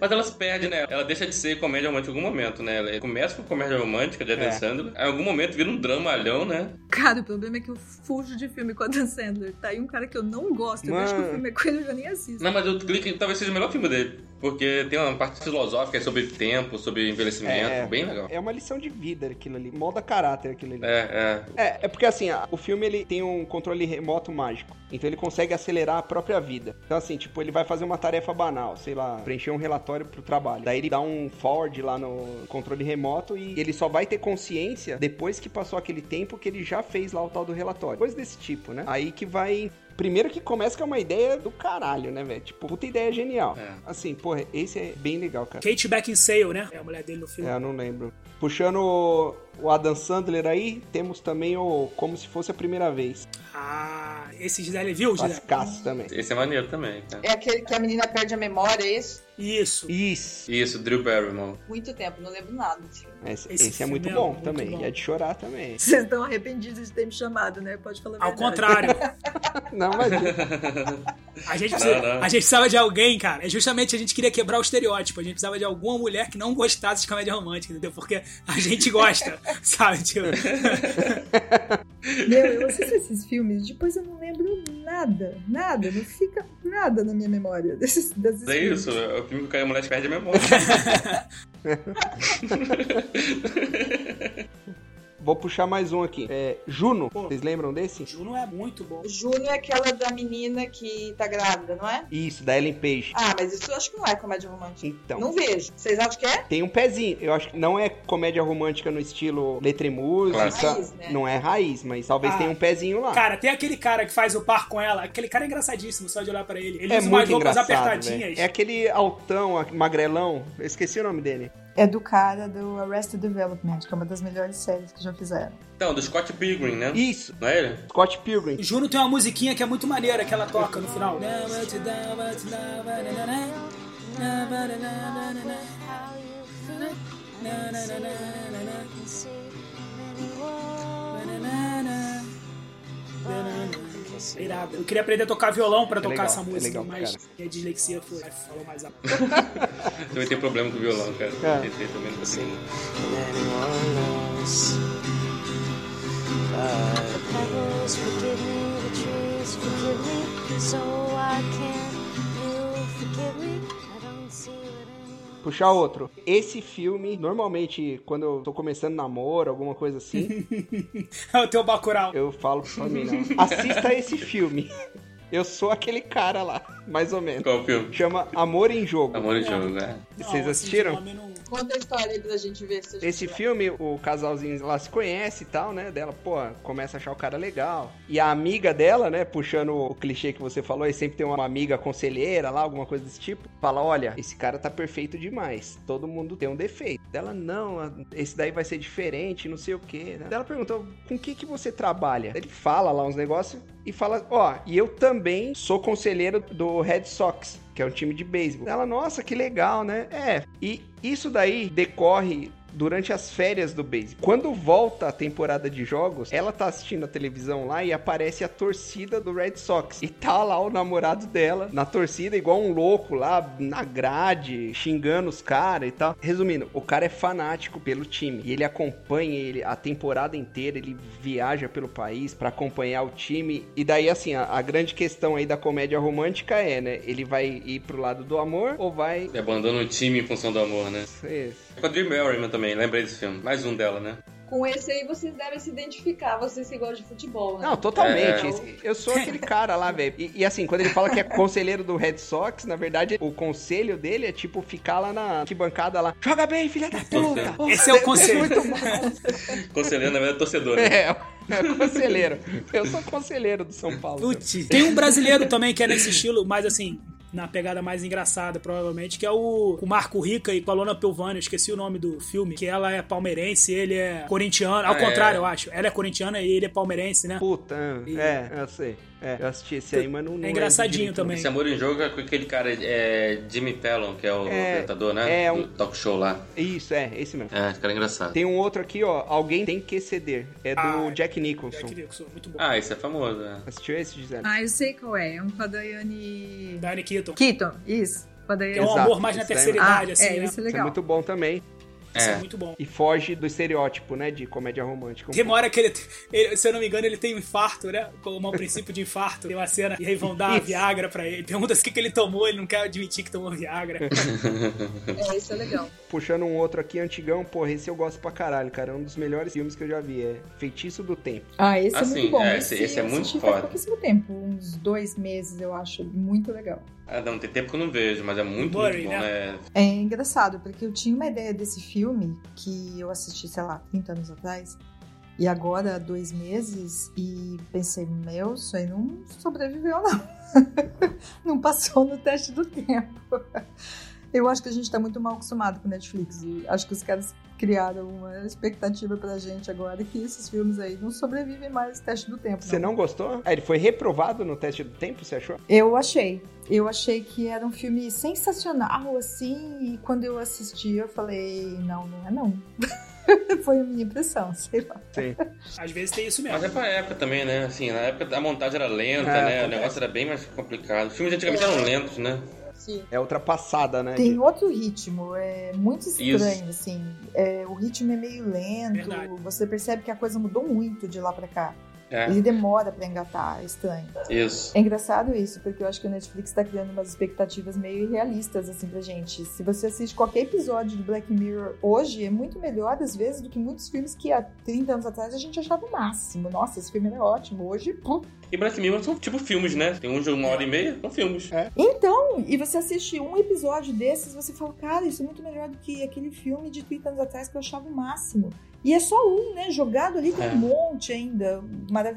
A: Mas ela se perde, né? Ela deixa de ser comédia romântica em algum momento, né? Ela começa com comédia romântica de Adam
B: É.
A: Sandler, aí em algum momento vira um dramalhão, né?
E: Cara, o problema é que eu fujo de filme com a Dan Sandler. Tá aí um cara que eu não gosto. Eu acho que o
B: Mano.
E: filme é coisa que eu nem assisto.
A: Não, mas o clique talvez seja o melhor filme dele. Porque tem uma parte filosófica sobre tempo, sobre envelhecimento,
B: É.
A: bem legal.
B: é uma lição de vida aquilo ali. Molda caráter aquilo ali.
A: É, é.
B: É, é porque assim, a- o filme ele tem um controle remoto mágico. Então ele consegue acelerar a própria vida. Então assim, tipo, ele vai fazer uma tarefa banal, sei lá, preencher um relatório pro trabalho. Daí ele dá um forward lá no controle remoto e ele só vai ter consciência depois que passou aquele tempo que ele já fez lá o tal do relatório. Coisa desse tipo, né? Aí que vai Primeiro que começa que é uma ideia do caralho, né, velho? Tipo, puta ideia genial.
A: É.
B: Assim, porra, esse é bem legal, cara.
C: Kate Beckinsale, né? É a mulher dele no filme.
B: É, eu não lembro. Puxando o- o Adam Sandler aí, temos também o Como Se Fosse a Primeira Vez.
C: Ah, esse Gisele viu, Gisele?
B: Classicaço também.
A: Esse é maneiro também, cara.
D: É aquele que a menina perde a memória, é isso?
C: Isso.
B: Isso.
A: Isso, Drew Barrymore.
D: Muito tempo, não lembro nada assim. do filme.
B: Esse,
C: Esse
B: esse é
C: filme
B: muito
C: é
B: bom
C: muito
B: também.
C: bom.
B: É de chorar também.
E: Vocês estão arrependidos de ter me chamado, né? Pode falar a
C: Ao
E: verdade.
C: contrário,
B: Não, mas
C: a gente,
A: Não,
C: precisa-
A: não.
C: a gente precisava de alguém, cara. É justamente a gente queria quebrar o estereótipo. A gente precisava de alguma mulher que não gostasse de comédia romântica, entendeu? Porque a gente gosta, sabe? Tipo,
E: Meu, eu assisto esses filmes, depois eu não lembro nada. Nada, não fica nada na minha memória desses, desses
A: É
E: filmes.
A: isso, é o filme que a mulher perde a memória.
B: vou puxar mais um aqui. É, Juno. Vocês lembram desse?
C: Juno é muito bom.
D: Juno é aquela da menina que tá grávida, não é?
B: Isso, da Ellen Page.
D: Ah, mas isso eu acho que não é comédia romântica.
B: Então,
D: Não vejo. Vocês acham que é?
B: tem um pezinho. Eu acho que não é comédia romântica no estilo letra e música.
A: Claro.
D: Raiz, né?
B: Não é raiz, mas talvez
C: Ah.
B: tenha um pezinho lá.
C: Cara, tem aquele cara que faz o par com ela. Aquele cara é engraçadíssimo, só de olhar pra ele. Ele
B: é
C: usa umas
B: muito
C: roupas
B: engraçado,
C: apertadinhas.
B: velho. É aquele altão, a- magrelão. Eu esqueci o nome dele.
E: É do cara do Arrested Development, que é uma das melhores séries que já fizeram.
A: Então, do Scott Pilgrim, né?
B: Isso,
A: Não é ele?
B: Scott Pilgrim.
C: Juno tem uma musiquinha que é muito maneira que ela toca no final. Irada. Eu queria aprender a tocar violão pra tocar
B: legal,
C: essa
B: é
C: música,
B: legal,
C: mas
B: cara.
C: minha dislexia foi. Falou mais alto.
A: Você vai ter problema com o violão, cara.
B: É.
A: Esse aí também não consigo.
G: Pebbles, forgive me, the trees, forgive me, so I can. You forgive me, I don't see what anyone.
B: Puxar outro. Esse filme, normalmente, quando eu tô começando namoro, alguma coisa assim,
C: É o teu Bacurau.
B: eu falo pra mim, não. Assista esse filme. Eu sou aquele cara lá, mais ou menos.
A: Qual é o filme?
B: Chama Amor em Jogo.
A: Amor e Jogo, né?
C: Não,
B: Vocês
C: assim,
B: assistiram?
C: de nome eu não-
D: Conta a história aí pra gente ver se a gente
B: Nesse
D: vai.
B: filme, o casalzinho lá se conhece e tal, né? Dela, pô, começa a achar o cara legal. E a amiga dela, né? Puxando o clichê que você falou, e sempre tem uma amiga conselheira lá, alguma coisa desse tipo. Fala: olha, esse cara tá perfeito demais. Todo mundo tem um defeito. Dela, não, esse daí vai ser diferente, não sei o quê. Né? Ela perguntou: com que que você trabalha? Ele fala lá uns negócios e fala: ó, e eu também sou conselheiro do Red Sox. Que é um time de beisebol. Ela, nossa, que legal, né? É. E isso daí decorre durante as férias do base. Quando volta a temporada de jogos, ela tá assistindo a televisão lá e aparece a torcida do Red Sox. E tá lá o namorado dela na torcida, igual um louco lá na grade, xingando os caras e tal. Resumindo, o cara é fanático pelo time e ele acompanha ele a temporada inteira, ele viaja pelo país pra acompanhar o time. E daí, assim, a, a grande questão aí da comédia romântica é, né? Ele vai ir pro lado do amor ou vai.
A: E abandona o time em função do amor, né?
B: É,
A: Com a Dream Merriman também, lembrei desse filme. Mais um dela, né?
D: Com esse aí vocês devem se identificar, vocês que gostam de futebol, né?
B: Não, totalmente.
A: É.
B: Esse- Eu sou aquele cara lá, velho. E, e assim, quando ele fala que é conselheiro do Red Sox, na verdade, o conselho dele é tipo ficar lá na bancada lá. Joga bem, filha da puta! Oh,
C: Esse é o conselho.
B: Muito mal.
A: Conselheiro, na verdade, é torcedor. né?
B: É, é conselheiro. Eu sou conselheiro do São Paulo.
C: Putz. Tem um brasileiro também que é nesse estilo, mas assim, na pegada mais engraçada, provavelmente, que é o, o Marco Rica e com a Lona Pelvani, eu esqueci o nome do filme, que ela é palmeirense, ele é corintiano, ao
A: Ah, é.
C: contrário, eu acho. Ela é corintiana e ele é palmeirense, né?
B: Puta, é, eu sei. É, eu assisti esse aí, mas não. não lembro
C: engraçadinho
B: direito, não.
C: também.
A: Esse amor em jogo é com aquele cara, é Jimmy Fallon, que é o
B: É,
A: apresentador, né?
B: é um-
A: Do talk show lá.
B: Isso, é, esse mesmo.
A: É, esse cara é engraçado.
B: Tem um outro aqui, ó. Alguém tem que ceder. É do
C: Ah,
B: Jack Nicholson.
C: Jack Nicholson, muito bom.
A: Ah, esse é famoso, né?
B: Assistiu esse, Gisele?
E: Ah, eu sei qual é. É um com a Daiane.
C: Diane Keaton.
E: Keaton, isso. Com a Daiane.
C: Que é um
B: Exato,
C: amor mais na
B: isso daí-
C: terceira
E: ah,
C: idade, assim,
E: é,
C: né?
E: esse é
B: Isso é
E: legal.
B: muito bom também.
C: Isso é
A: É.
C: muito bom.
B: E foge do estereótipo, né? De comédia romântica.
C: Tem uma hora que ele, ele- se eu não me engano, ele tem um infarto, né? Como um princípio de infarto. Tem uma cena e aí vão dar a
B: Isso.
C: Viagra pra ele. Pergunta se o que, que ele tomou, ele não quer admitir que tomou Viagra.
D: É, isso é legal.
B: Puxando um outro aqui, antigão, porra, esse eu gosto pra caralho, cara. É um dos melhores filmes que eu já vi. É Feitiço do Tempo.
E: Ah, esse
A: Ah,
E: é muito
A: sim,
E: bom.
A: é, esse- esse é
E: eu
A: muito
E: assisti
A: foda.
E: Faz pouquíssimo tempo, uns dois meses, eu acho. Muito legal.
A: Ah, não, tem tempo que eu não vejo, mas é muito,
C: Murray,
A: muito bom, né?
E: É engraçado, porque eu tinha uma ideia desse filme que eu assisti, sei lá, 30 anos atrás, e agora há dois meses, e pensei, meu, isso aí não sobreviveu, não. não passou no teste do tempo. Eu acho que a gente tá muito mal acostumado com Netflix, e acho que os caras criaram uma expectativa pra gente agora que esses filmes aí não sobrevivem mais ao teste do tempo.
B: Você não gostou? Ah, ele foi reprovado no teste do tempo, você achou?
E: Eu achei. Eu achei que era um filme sensacional, assim, e quando eu assisti, eu falei, não, não é não. Foi a minha impressão, sei lá.
C: Às vezes tem isso mesmo.
A: Mas é pra época também, né? Assim, na época a montagem era lenta,
B: É,
A: né? O
B: acontece.
A: negócio era bem mais complicado. Os filmes antigamente eram lentos, né?
D: Sim.
B: É ultrapassada, né?
E: Tem um-
B: de-
E: outro ritmo, é muito estranho, assim. É, o ritmo é meio lento,
C: Verdade.
E: você percebe que a coisa mudou muito de lá pra cá.
A: É,
E: Ele demora pra engatar, é estranho.
A: isso.
E: É engraçado isso, porque eu acho que o Netflix tá criando umas expectativas meio irrealistas, assim, pra gente. Se você assiste qualquer episódio de Black Mirror hoje, é muito melhor, às vezes, do que muitos filmes que há 30 anos atrás a gente achava o máximo. Nossa, esse filme era ótimo. Hoje, pum.
A: E Black Mirror são tipo filmes, né? Tem um de uma hora e meia, são filmes.
E: Então, e você assiste um episódio desses, você fala, cara, isso é muito melhor do que aquele filme de 30 anos atrás que eu achava o máximo. E é só um, né? Jogado ali tem
A: É.
E: um monte ainda,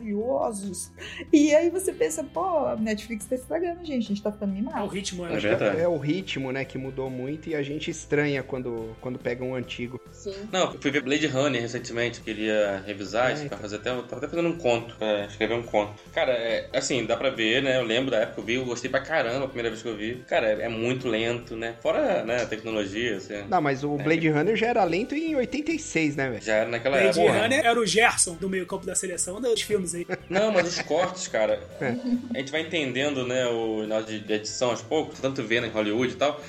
E: maravilhosos. E aí você pensa, pô, a Netflix tá estragando, a gente, a gente tá ficando mimado.
C: É o ritmo,
A: É
C: né?
A: verdade.
B: É o ritmo, né, que mudou muito e a gente estranha quando, quando pega um antigo.
D: Sim.
A: Não, eu fui ver Blade Runner recentemente, queria revisar
B: É,
A: isso pra fazer até. Eu tava até fazendo um conto, pra escrever um conto. Cara, é, assim, dá pra ver, né? Eu lembro da época que eu vi, eu gostei pra caramba a primeira vez que eu vi. Cara, é, é muito lento, né? Fora né, a tecnologia, assim.
B: Não, mas o Blade Runner já era lento em 86, né, velho?
A: Já era naquela
C: Blade
A: época.
C: Runner era o Gerson do meio campo da seleção um dos filmes aí.
A: Não, mas os cortes, cara. A gente vai entendendo, né, o negócio de- de edição aos poucos, tanto vendo em Hollywood e tal.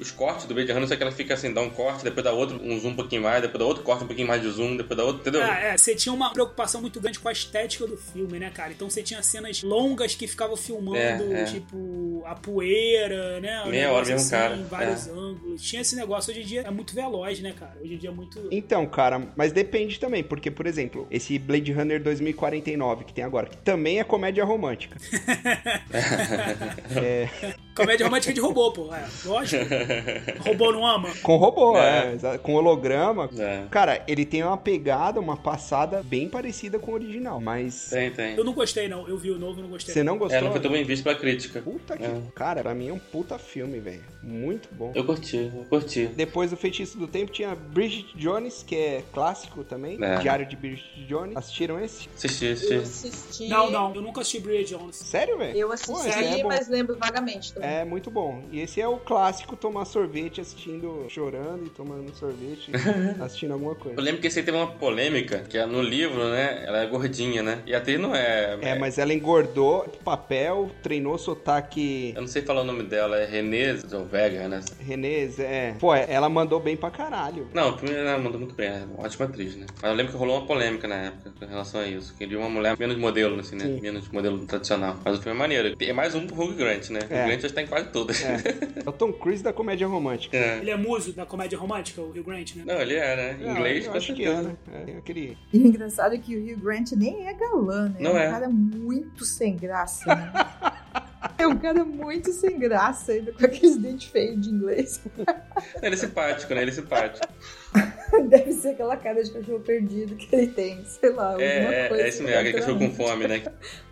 A: Os cortes do Blade Runner, só que ela fica assim, dá um corte, depois dá outro, um zoom um pouquinho mais, depois dá outro corte, um pouquinho mais de zoom, depois dá outro, entendeu?
C: Ah, é, você tinha uma preocupação muito grande com a estética do filme, né, cara? Então você tinha cenas longas que ficavam filmando,
A: É, é.
C: tipo, a poeira, né? Um
A: Meia
C: negócio
A: hora, mesmo cara. É.
C: Vários ângulos. Tinha esse negócio, hoje em dia é muito veloz, né, cara? Hoje em dia é muito...
B: Então, cara, mas depende também, porque, por exemplo, esse Blade Runner 2049 que tem agora, que também é comédia romântica.
C: Comédia romântica de robô, pô. É, lógico. Robô não ama?
B: Com robô,
A: É.
B: é. exa- com holograma.
A: É.
B: Cara, ele tem uma pegada, uma passada bem parecida com o original, mas
A: Tem, tem.
C: Eu não gostei, não. Eu vi o novo, não gostei.
B: você não gostou?
A: É, não foi tão bem visto pela crítica.
B: Puta que.
A: É.
B: Cara, pra mim é um puta filme, velho. Muito bom.
A: Eu curti, eu curti.
B: Depois do Feitiço do Tempo tinha Bridget Jones, que é clássico também.
A: É.
B: Diário de Bridget Jones. Assistiram esse?
A: Assisti, assisti.
D: Eu assisti.
C: Não, não. Eu nunca assisti Bridget Jones.
B: Sério, velho?
D: Eu
B: Pô,
D: assisti,
B: esse é bom.
D: mas lembro vagamente também.
B: É muito bom. E esse é o clássico tomar sorvete assistindo, chorando e tomando sorvete, assistindo alguma coisa.
A: Eu lembro que esse aí teve uma polêmica, que é no livro, né? Ela é gordinha, né? E a atriz não é.
B: É, mas ela engordou pro papel, treinou sotaque
A: Eu não sei falar o nome dela, é Renê Zellweger, né?
B: renês, é. Pô, ela mandou bem pra caralho.
A: Não, o filme ela mandou muito bem, é uma ótima atriz, né? Mas eu lembro que rolou uma polêmica na época em relação a isso. Queria uma mulher menos modelo, assim, né?
B: Sim.
A: Menos modelo tradicional. Mas o filme é maneiro. É mais um pro Hugh Grant, né? O
B: É.
A: Hugh Grant já está em quase todas.
B: É o Tom Cruise da comédia romântica.
A: É.
C: Ele é muso da comédia romântica, o Hugh Grant, né?
A: Não, ele é, né? Em inglês,
B: Ah, eu
A: com
B: acho que é,
A: certeza.
B: né? É, tem aquele...
E: E o engraçado é que o Hugh Grant nem é galã, né?
A: Não
E: é um
A: é.
E: cara muito sem graça, né? É um cara muito sem graça, ainda com aqueles dentes feios de inglês.
A: Ele é simpático, né? Ele é simpático.
E: Deve ser aquela cara de cachorro perdido que ele tem, sei lá,
A: é,
E: alguma
A: é,
E: coisa.
A: é esse mesmo, aquele cachorro com fome, né?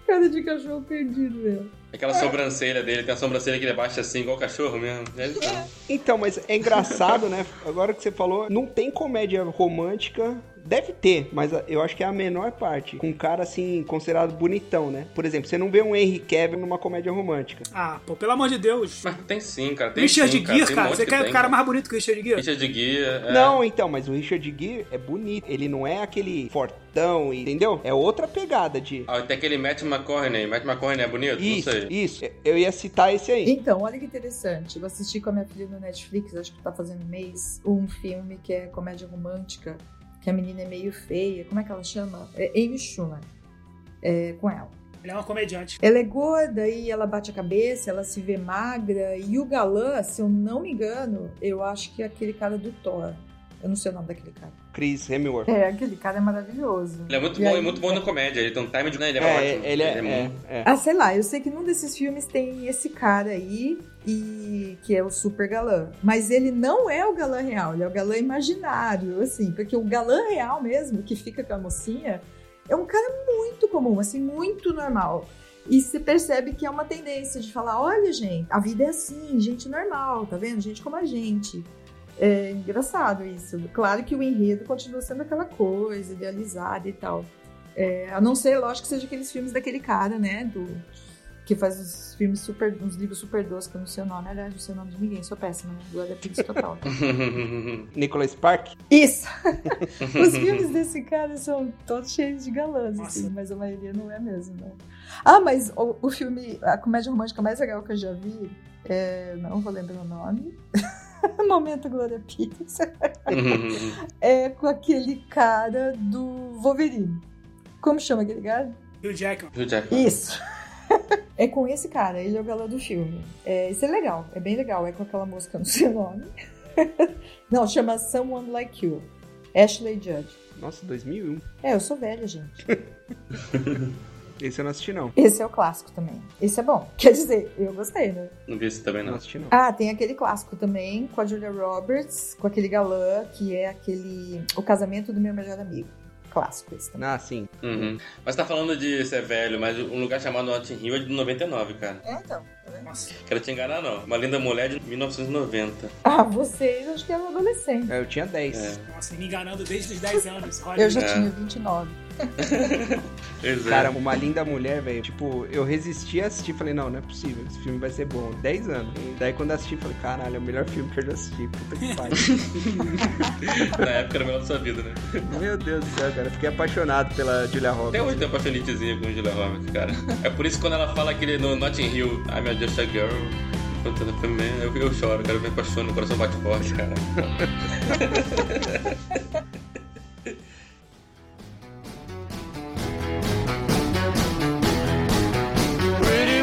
E: Cara de cachorro perdido, meu.
A: Aquela sobrancelha dele, tem a sobrancelha que ele abaixa assim, igual o cachorro mesmo. É isso mesmo.
B: Então, mas é engraçado, né? Agora que você falou, não tem comédia romântica... Deve ter, mas eu acho que é a menor parte. Com um cara, assim, considerado bonitão, né? Por exemplo, você não vê um Henry Cavill numa comédia romântica.
C: Ah, pô, pelo amor de Deus.
A: Mas tem sim, cara. Tem
C: Richard
A: sim,
C: Gere,
A: tem um
C: cara.
A: monte
C: Você
A: que
C: quer
A: tem,
C: o cara mais bonito que o Richard Gere?
A: Richard Gere. é.
B: Não, então, mas o Richard Gere é bonito. Ele não é aquele fortão, entendeu? É outra pegada de...
A: Ah, tem aquele Matt McCorney. Matt McCorney é bonito?
B: Isso,
A: não sei.
B: isso. É, Eu ia citar esse aí.
E: Então, olha que interessante. Eu assisti com a minha filha no Netflix, acho que tá fazendo um mês, um filme que é comédia romântica, que a menina é meio feia. Como é que ela chama? É Amy Schumer. É, com ela.
C: Ele é uma comediante.
E: Ela é gorda e ela bate a cabeça, ela se vê magra. E o galã, se eu não me engano, eu acho que é aquele cara do Thor. Eu não sei o nome daquele cara.
B: Chris Hemsworth.
E: É, aquele cara é maravilhoso.
A: Ele é muito
E: E
A: bom
E: aí- né?
A: e muito bom na comédia. Ele tem um time de. Né, ele é, ótimo.
B: ele é,
A: muito-
B: é, é.
E: Ah, sei lá, eu sei que num desses filmes tem esse cara aí, e que é o super galã. Mas ele não é o galã real, ele é o galã imaginário, assim, porque o galã real mesmo, que fica com a mocinha, é um cara muito comum, assim, muito normal. E se percebe que é uma tendência de falar: olha, gente, a vida é assim, gente normal, tá vendo? Gente como a gente. É engraçado isso. Claro que o enredo continua sendo aquela coisa idealizada e tal. É, a não ser, lógico, que seja aqueles filmes daquele cara, né? Do, que faz uns filmes super. uns livros super doces, que eu não sei o nome. Aliás, não sei o nome de ninguém, sou péssima, né? Glória Pix total.
B: é. Nicholas Park.
E: Isso! Os filmes desse cara são todos cheios de galãs, assim,
C: Nossa.
E: mas a maioria não é mesmo, não. Ah, mas o, o filme, a comédia romântica mais legal que eu já vi, é, não vou lembrar o nome. Momento Glória Pires. É com aquele cara do Wolverine. Como chama aquele cara?
C: Hugh Jackman.
A: Hugh Jackman.
E: Isso. É com esse cara, ele é o galã do filme. É, isso é legal, é bem legal. É com aquela música, não sei o nome. Não, chama Someone Like You, Ashley Judd.
B: Nossa, 2001.
E: É, eu sou velha, gente.
B: Esse eu não assisti, não.
E: Esse é o clássico também. Esse é bom. Quer dizer, eu gostei, né?
A: Não vi esse também,
B: Não
A: não.
B: assisti, não.
E: Ah, tem aquele clássico também com a Julia Roberts, com aquele galã que é aquele. O casamento do meu melhor amigo. Clássico esse também.
B: Ah, sim.
A: Uhum. Mas tá falando de ser velho, mas um lugar chamado Notting Hill é de 99, cara.
E: É, então.
C: Nossa.
A: Quero te enganar, não. Uma linda mulher de 1990.
E: Ah, vocês, acho que eram adolescente.
B: É, Eu tinha 10.
C: Nossa, me enganando desde os 10 anos. Olha,
E: Eu já
A: É.
E: tinha 29.
A: Pois é.
B: Cara, uma linda mulher, velho. Tipo, eu resisti a assistir. Falei, não, não é possível. Esse filme vai ser bom. 10 anos. E daí, quando eu assisti, falei, caralho, é o melhor filme que eu já assisti. Puta que pariu.
A: Na época era o melhor da sua vida, né?
B: Meu Deus do céu, cara. eu Fiquei apaixonado pela Julia
A: Até
B: Roberts.
A: hoje tem uma paixonitezinha com o Julia Roberts, cara. É por isso que quando ela fala aquele no Notting Hill, I'm a Just a Girl, puta, no filme, eu, eu choro, cara, eu me apaixono, o coração bate forte, cara.
F: Pretty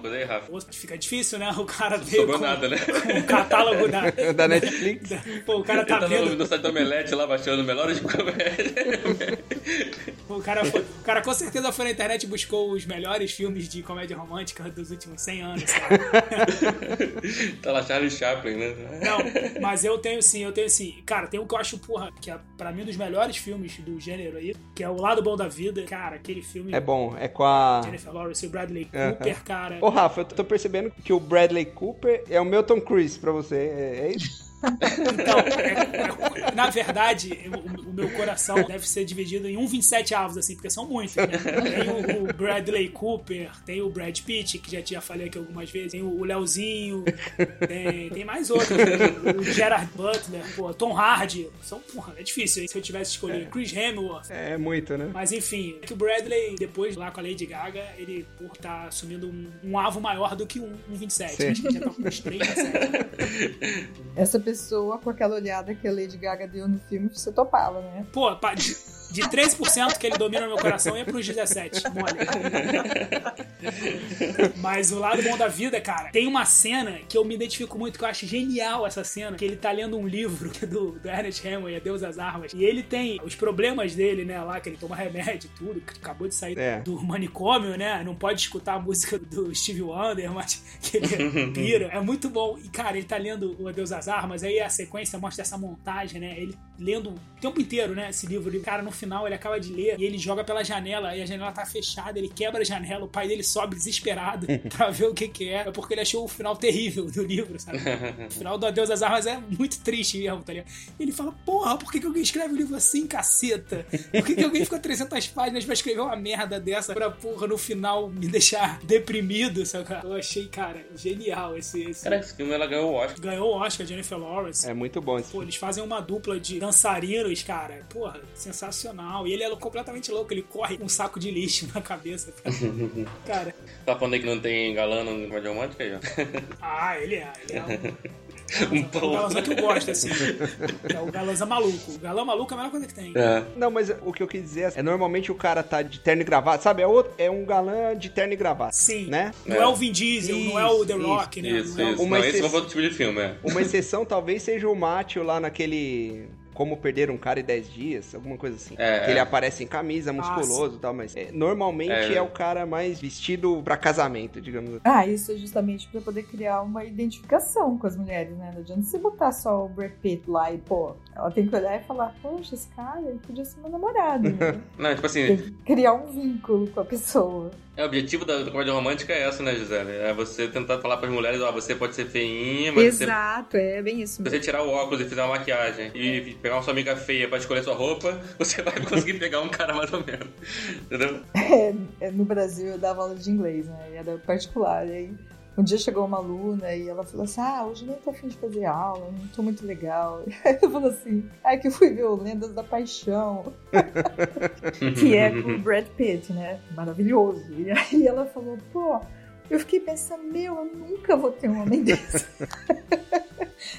A: coisa aí, Rafa?
C: Fica difícil, né? O cara
A: Não
C: veio
A: sobrou
C: com,
A: nada, né?
C: com o catálogo da...
B: Da Netflix.
C: Pô, o cara
A: Ele
C: tá
A: tá no,
C: vendo...
A: no site do Omelete lá baixando melhores de comédia.
C: O cara, foi- o cara com certeza foi na internet e buscou os melhores filmes de comédia romântica dos últimos 100 anos.
A: Tá lá Charlie Chaplin, né?
C: Não, mas eu tenho sim, eu tenho sim. Cara, tem um que eu acho, porra, que é pra mim um dos melhores filmes do gênero aí, que é O Lado Bom da Vida. Cara, aquele filme.
B: É bom, é com a.
C: Jennifer Lawrence e o Bradley
B: Aham.
C: Cooper, cara.
B: Ô, Rafa, eu tô percebendo que o Bradley Cooper é o meu Tom Cruise pra você. É, é isso?
C: Então, é- é- na verdade, o, o meu coração deve ser dividido em 1,27 avos, assim, porque são muitos, né? Tem o, o Bradley Cooper, tem o Brad Pitt, que já tinha falei aqui algumas vezes, tem o Leozinho, tem, tem mais outros, né? o Gerard Butler, pô, Tom Hardy. São, porra, é difícil, hein? Se eu tivesse escolhido Chris Hemsworth,
B: É muito, né?
C: mas enfim, é que o Bradley, depois lá com a Lady Gaga, ele por tá assumindo um, um avo maior do que um, um 27.
B: Sim.
C: Acho que já tá com uns 37.
E: Essa pessoa com aquela olhada que a Lady Gaga deu no filme, você topava, né?
C: Pô, pá, de, de 13% que ele domina no meu coração ia pros 17. Mole. Mas o lado bom da vida, cara, tem uma cena que eu me identifico muito, que eu acho genial essa cena, que ele tá lendo um livro do, do Ernest Hemingway, A Deus das Armas, e ele tem os problemas dele, né, lá, que ele toma remédio e tudo, que acabou de sair
B: É.
C: do manicômio, né, não pode escutar a música do Steve Wonder, mas que ele pira. É muito bom. E, cara, ele tá lendo o Adeus às Armas, aí a sequência mostra essa montagem, né, ele lendo o tempo inteiro, né, esse livro. E, cara, no final ele acaba de ler e ele joga pela janela e a janela tá fechada, ele quebra a janela, o pai dele sobe desesperado pra ver o que que é. É porque ele achou o final terrível do livro, sabe? O final do Adeus às Armas é muito triste mesmo, tá ligado? E ele fala, porra, por que, que alguém escreve um livro assim, caceta? Por que, que alguém ficou 300 páginas pra escrever uma merda dessa pra, porra, no final me deixar deprimido, sabe? Eu achei, cara, genial esse... esse...
A: Cara, esse filme ela ganhou o Oscar.
C: Ganhou o Oscar, Jennifer Lawrence.
B: É muito bom esse
C: Pô, eles fazem uma dupla de dançarinos, cara. Porra, sensacional. E ele é completamente louco, ele corre com um saco de lixo na cabeça. Cara,
A: Tá falando aí que não tem galã no Comédia Romântica aí, ó.
C: ah, ele é. Ele é um,
A: Um
C: é um galãozão que eu
A: pão.
C: gosto, assim. É o galãozão maluco. O galã maluco é a melhor coisa que tem.
A: É.
B: Não, mas o que eu quis dizer é, normalmente o cara tá de terno e gravata, sabe? É, outro, é um galã de terno e gravata.
C: Sim.
B: Né?
C: Não é o Vin Diesel, não é o The
B: Isso,
C: Rock, né?
A: Isso,
C: não é o-
A: isso.
B: Uma
A: não, esse não
B: exceção-
A: foi outro tipo de filme, é.
B: Uma exceção talvez seja o Mátio lá naquele Como Perder um Cara em 10 Dias, alguma coisa assim.
A: É,
B: que ele
A: é.
B: aparece em camisa, musculoso e tal, mas é, normalmente é.
A: É.
B: o cara mais vestido pra casamento, digamos assim.
E: Ah, isso é justamente pra poder criar uma identificação com as mulheres, né? Não adianta você botar só o Brad Pitt lá e, pô, ela tem que olhar e falar, poxa, esse cara, ele podia ser meu namorado, né?
A: Não, tipo
E: Tem
A: assim,
E: que criar um vínculo com a pessoa.
A: é, o objetivo da, da comédia romântica é essa, né, Gisele? É você tentar falar pras mulheres, ó, você pode ser feinha, mas você
E: é bem isso
A: Se você tirar o óculos e fizer uma maquiagem e pegar uma sua amiga feia pra escolher sua roupa, você vai conseguir pegar um cara mais ou menos. Entendeu?
E: É, no Brasil eu dava aula de inglês, né? E era particular. E aí, um dia chegou uma aluna e ela falou assim: Ah, hoje eu nem tô afim de fazer aula, não tô muito legal. Aí eu falo assim: Ai, que eu fui ver o Lendas da Paixão, que é com o Brad Pitt, né? Maravilhoso. E aí ela falou: Pô, eu fiquei pensando: Meu, eu nunca vou ter um homem desse.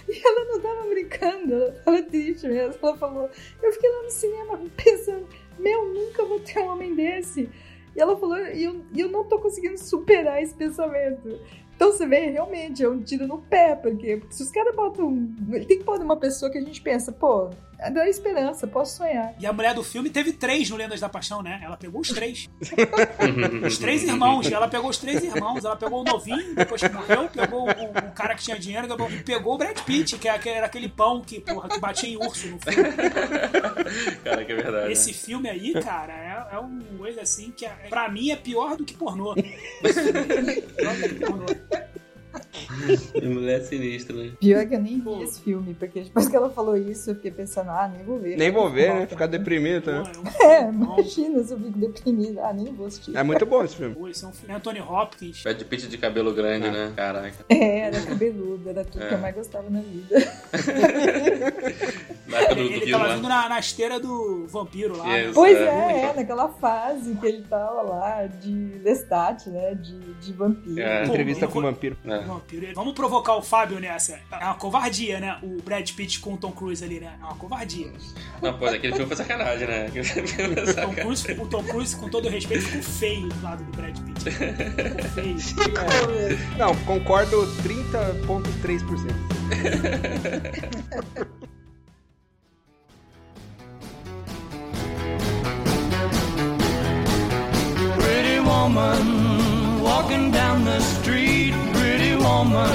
E: E ela não tava brincando, ela tava triste mesmo. Ela falou: Eu fiquei lá no cinema pensando: Meu, nunca vou ter um homem desse. E ela falou, e eu, e eu não tô conseguindo superar esse pensamento. Então você vê, realmente, é um tiro no pé, porque se os caras botam. um- Ele tem que pôr uma pessoa que a gente pensa, pô, dá esperança, posso sonhar.
C: E a mulher do filme teve três no Lendas da Paixão, né? Ela pegou os três. os três
A: Uhum.
C: irmãos. Ela pegou os três irmãos. Ela pegou o novinho, depois que morreu, pegou o, o cara que tinha dinheiro, pegou- e pegou o Brad Pitt, que era aquele, era aquele pão que, porra, que batia em urso no filme.
A: Cara, que é verdade.
C: Esse filme aí, cara, é, é um coisa assim que, é, pra mim, é pior do que pornô. pior do que pornô.
A: né? Mulher sinistra, né?
E: Pior que eu nem vi
C: Pô.
E: esse filme, porque depois que ela falou isso, eu fiquei pensando, ah, nem vou ver.
B: Nem vou ver, né?
E: Volta.
B: Ficar deprimido né?
C: Pô, é um
B: também.
C: filme
E: É,
C: bom.
E: imagina se eu fico deprimida. Ah, nem vou assistir.
B: É muito bom esse filme.
C: Pô, Esse é um filme. Anthony Hopkins.
A: Brad Pitt de cabelo grande, né? Caraca.
E: É, era cabeluda, era tudo que eu mais gostava na vida.
A: Na época do, do
C: É, Ele
A: Rio
C: tava
A: lá.
C: vindo na, na esteira do vampiro lá. né?
A: Isso,
E: Pois
A: é.
E: é, é, naquela fase que ele tava lá de Lestat, né? De, de vampiro.
A: É.
C: Pô,
B: Entrevista
C: eu
B: com o
C: vou-
B: vampiro.
A: É.
C: Não, Pirueta. Vamos provocar o Fábio nessa. É uma covardia, né? O Brad Pitt com o Tom Cruise ali, né? É uma covardia.
A: Não, pô, aquele filme foi sacanagem, né? Aquele filme foi
C: O Tom
A: sacanagem.
C: Cruise, o Tom Cruise, com todo respeito, ficou feio do lado do Brad Pitt. Ficou feio.
B: Não, concordo 30,3%.
F: Pretty woman, woman walking down the street. Pretty woman,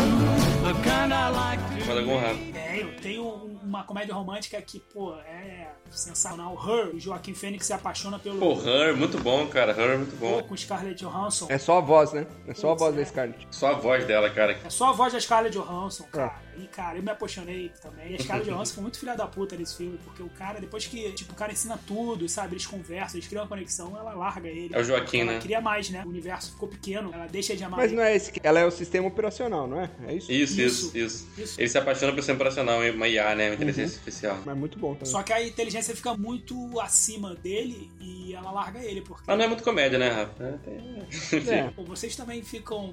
F: the kind I like to.
A: Manda algum rap.
C: Tenho, É, tenho um, uma comédia romântica que, pô, é sensacional. Her, o Joaquim Fênix se apaixona pelo.
A: Pô, Her, muito bom, cara. Her é muito bom.
C: com Scarlett Johansson.
B: É só a voz, né? É só a voz da Scarlett.
A: Só a voz dela, cara.
C: É só a voz da Scarlett
B: É.
C: Johansson, cara. E, cara, eu me apaixonei também. E a Scarlett Johansson foi muito filha da puta nesse filme, porque o cara, depois que, tipo, o cara ensina tudo, sabe? Eles conversam, eles criam uma conexão, ela larga ele.
A: É o Joaquim,
C: ela
A: né?
C: queria mais, né? O universo ficou pequeno, ela deixa de amar
B: Mas
C: ele.
B: não é esse. que- Ela é o sistema operacional, não é? É isso?
A: Isso, isso,
C: Isso.
A: isso.
B: é
C: Isso.
A: Ele se apaixona por ser operacional, uma IA, né? Uma
C: Uhum.
A: inteligência artificial.
B: Mas muito bom também.
C: Só que a inteligência fica muito acima dele e ela larga ele, porque.
A: Mas não é muito comédia, né, Rafa? É, tem-
B: É,
C: Pô, vocês também ficam.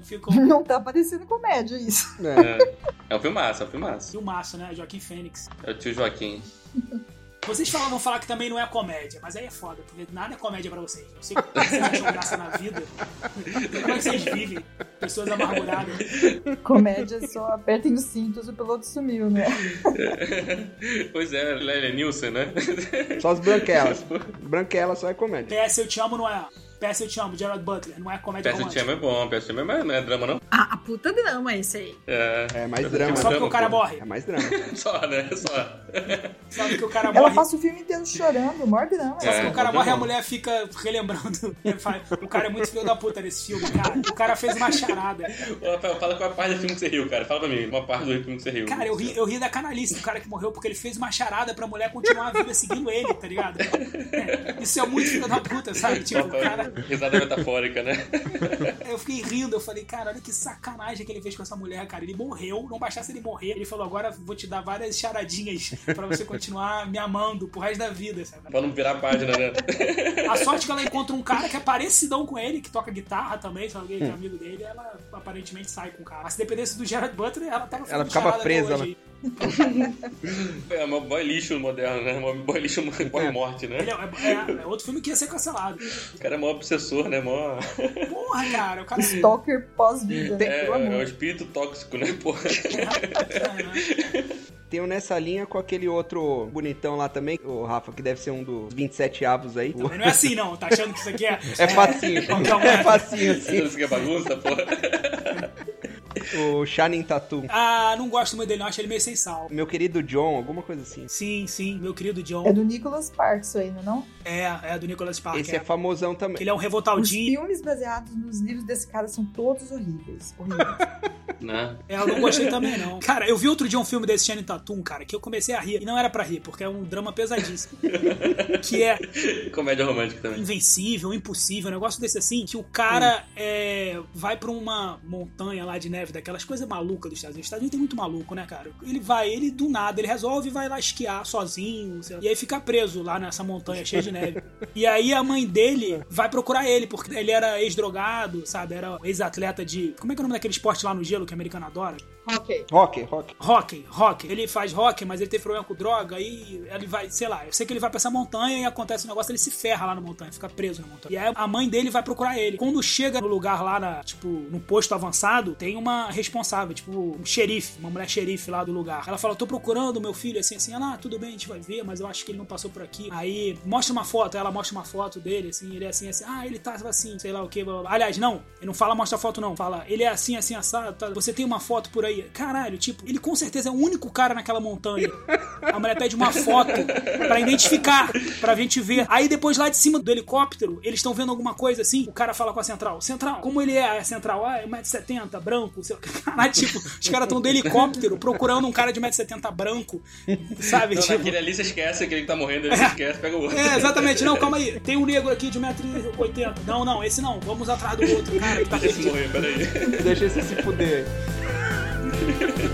C: ficam...
E: Não tá parecendo comédia isso.
B: é.
A: É um filmaço, é um filmaço.
C: Filmaço, né? Joaquim Fênix.
A: É o tio Joaquim.
C: Vocês falam, vão falar que também não é comédia, mas aí é foda, porque nada é comédia pra vocês. Eu sei o que vocês acham graça na vida. Como é que vocês vivem? Pessoas amarguradas.
E: Comédia é só apertem os cintos, o piloto sumiu, né?
A: pois é, Lélia Nilson, né?
B: é, Só as branquelas. Branquelas só é comédia.
C: PS Eu Te Amo não é. PS Eu Te Amo, Gerard Butler, não é comédia
A: Peça de
C: romântica.
A: Chama é bom, Peça de Chama é mais- não é drama, não.
E: Ah, a puta drama esse aí.
A: É,
B: É mais
A: Peça de
B: drama.
A: Chama é
C: Só porque o cara
A: pô.
C: morre.
B: É mais drama.
A: Só, né? Só.
C: Só porque o cara
E: Ela
C: morre.
E: passa o filme inteiro chorando, o maior drama.
A: É.
C: Porque o
A: Não
C: cara
A: tem
C: morre e a
A: como.
C: mulher fica relembrando. Ele fala, O cara é muito filho da puta nesse filme, cara. O cara fez uma charada.
A: Ô, Rafael, fala qual é a parte do filme que você riu, cara. Fala pra mim, uma parte do filme que você riu.
C: Cara, eu ri, eu ri da canalice do cara que morreu porque ele fez uma charada pra mulher continuar a vida seguindo ele, tá ligado? É, isso é muito filho da puta, sabe? Tipo, o
A: Rafael,
C: cara.
A: risada metafórica, né?
C: Eu fiquei rindo, eu falei, cara, olha que sacanagem que ele fez com essa mulher, cara. Ele morreu, não bastasse ele morrer. Ele falou, agora vou te dar várias charadinhas pra você continuar me amando pro resto da vida, sabe?
A: pra não virar a página, né?
C: A sorte que ela encontra um cara que é parecidão com ele, que toca guitarra também, se alguém que
B: Hum.
C: é amigo dele, ela aparentemente sai com o cara. Mas se dependesse do Gerard Butler, ela tava fazendo
B: Ela ficava
C: charada
B: presa,
C: até hoje
B: né?
C: aí.
A: É, o boy lixo moderno, né? O boy lixo, boy morte, né?
C: Ele é, é- é outro filme que ia ser cancelado.
A: O cara é maior obsessor, né? Mó...
C: Porra, cara, o cara.
E: Stalker pós-vida.
A: É,
E: pelo
A: é o
E: amor.
A: espírito tóxico, né, porra?
C: é, né?
B: Tem um nessa linha com aquele outro bonitão lá também, o Rafa, que deve ser um dos 27 avos aí.
C: Também não é assim, não. Tá achando que isso aqui é.
B: É facinho.
C: qualquer um.
B: É facinho, assim.
A: Achando isso que é bagunça, porra?
B: O Shannon Tatum.
C: Ah, não gosto muito dele, não. Acho ele meio sem sal.
B: Meu querido John, alguma coisa assim.
C: Sim, sim, meu querido John.
E: É do Nicholas Parks ainda, não?
C: É, é do Nicolas Parker.
B: Esse é famosão também.
C: Ele é um
E: Os
C: revoltadinho.
E: filmes baseados nos livros desse cara são todos horríveis. horríveis.
A: Né?
C: É, eu não gostei também, não. Cara, eu vi outro dia um filme desse Channing Tatum, cara, que eu comecei a rir. E não era pra rir, porque é um drama pesadíssimo. que é
A: Comédia romântica também.
C: invencível, impossível, um negócio desse assim, que o cara é, vai pra uma montanha lá de neve, daquelas coisas malucas dos Estados Unidos. Os Estados Unidos tem muito maluco, né, cara? Ele vai, ele do nada, ele resolve e vai lá esquiar sozinho, sei lá. e aí fica preso lá nessa montanha cheia de neve. E aí a mãe dele vai procurar ele, porque ele era ex-drogado, sabe? Era ex-atleta de. Como é que é o nome daquele esporte lá no gelo que o americano adora?
E: ok.
B: Rock, rock.
C: Rock, rock. Ele faz rock, mas ele teve problema com droga aí ele vai, sei lá, eu sei que ele vai pra essa montanha e acontece um negócio, ele se ferra lá na montanha, fica preso na montanha. E aí a mãe dele vai procurar ele. Quando chega no lugar lá, na, tipo, no posto avançado, tem uma responsável, tipo, um xerife, uma mulher xerife lá do lugar. Ela fala, tô procurando meu filho, assim, assim, ela, ah, tudo bem, a gente vai ver, mas eu acho que ele não passou por aqui. Aí mostra uma foto, ela mostra uma foto dele, assim, ele é assim, assim, ah, ele tá assim, sei lá o que, blá, blá, blá. Aliás, não, ele não fala mostra a foto, não. Fala, ele é assim, assim, assado, tá? você tem uma foto por aí. Caralho, tipo, ele com certeza é o único cara naquela montanha. A mulher pede uma foto pra identificar, pra gente ver. Aí depois lá de cima do helicóptero, eles estão vendo alguma coisa assim, o cara fala com a central. Central, como ele é a central? Ah, é 1,70m, branco, sei lá. Caralho, tipo, os caras estão do helicóptero procurando um cara de 1,70m branco, sabe?
A: Não,
C: tipo...
A: naquele ali você esquece, aquele que tá morrendo ali você esquece, pega o outro.
C: É, exatamente. Não, calma aí. Tem um negro aqui de 1,80m. Não, não, esse não. Vamos atrás do outro cara que tá
A: Deixa esse
C: perdido.
A: morrer, peraí.
B: Deixa esse se fuder.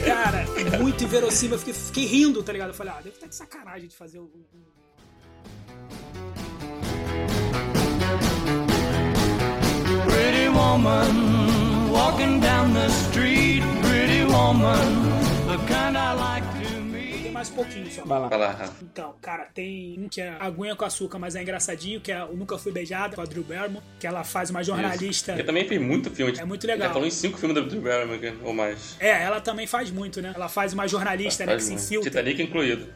C: Cara, é muito inverossímil. Eu fiquei, fiquei rindo, tá ligado? Eu falei, ah, deve estar de sacanagem de fazer um, o. o- o-
F: Pretty woman, walking down the street. Pretty woman, the kind I like to meet.
C: Tem mais mais um pouquinho só.
B: Vai lá.
A: Vai lá, Rafa.
C: Então, cara, tem um que é Aguinha com Açúcar, mas é engraçadinho, que é o Nunca Fui Beijada, com a Drew Barrymore, que ela faz uma jornalista.
A: Ele também fez muito filme. tipo,
C: É muito legal.
A: Já falou em cinco filmes da Drew Barrymore, né, ou mais.
C: É, ela também faz muito, né? Ela faz uma jornalista, né, que
A: Faz
C: se
A: muito.
C: infiltra.
A: Titanic incluído.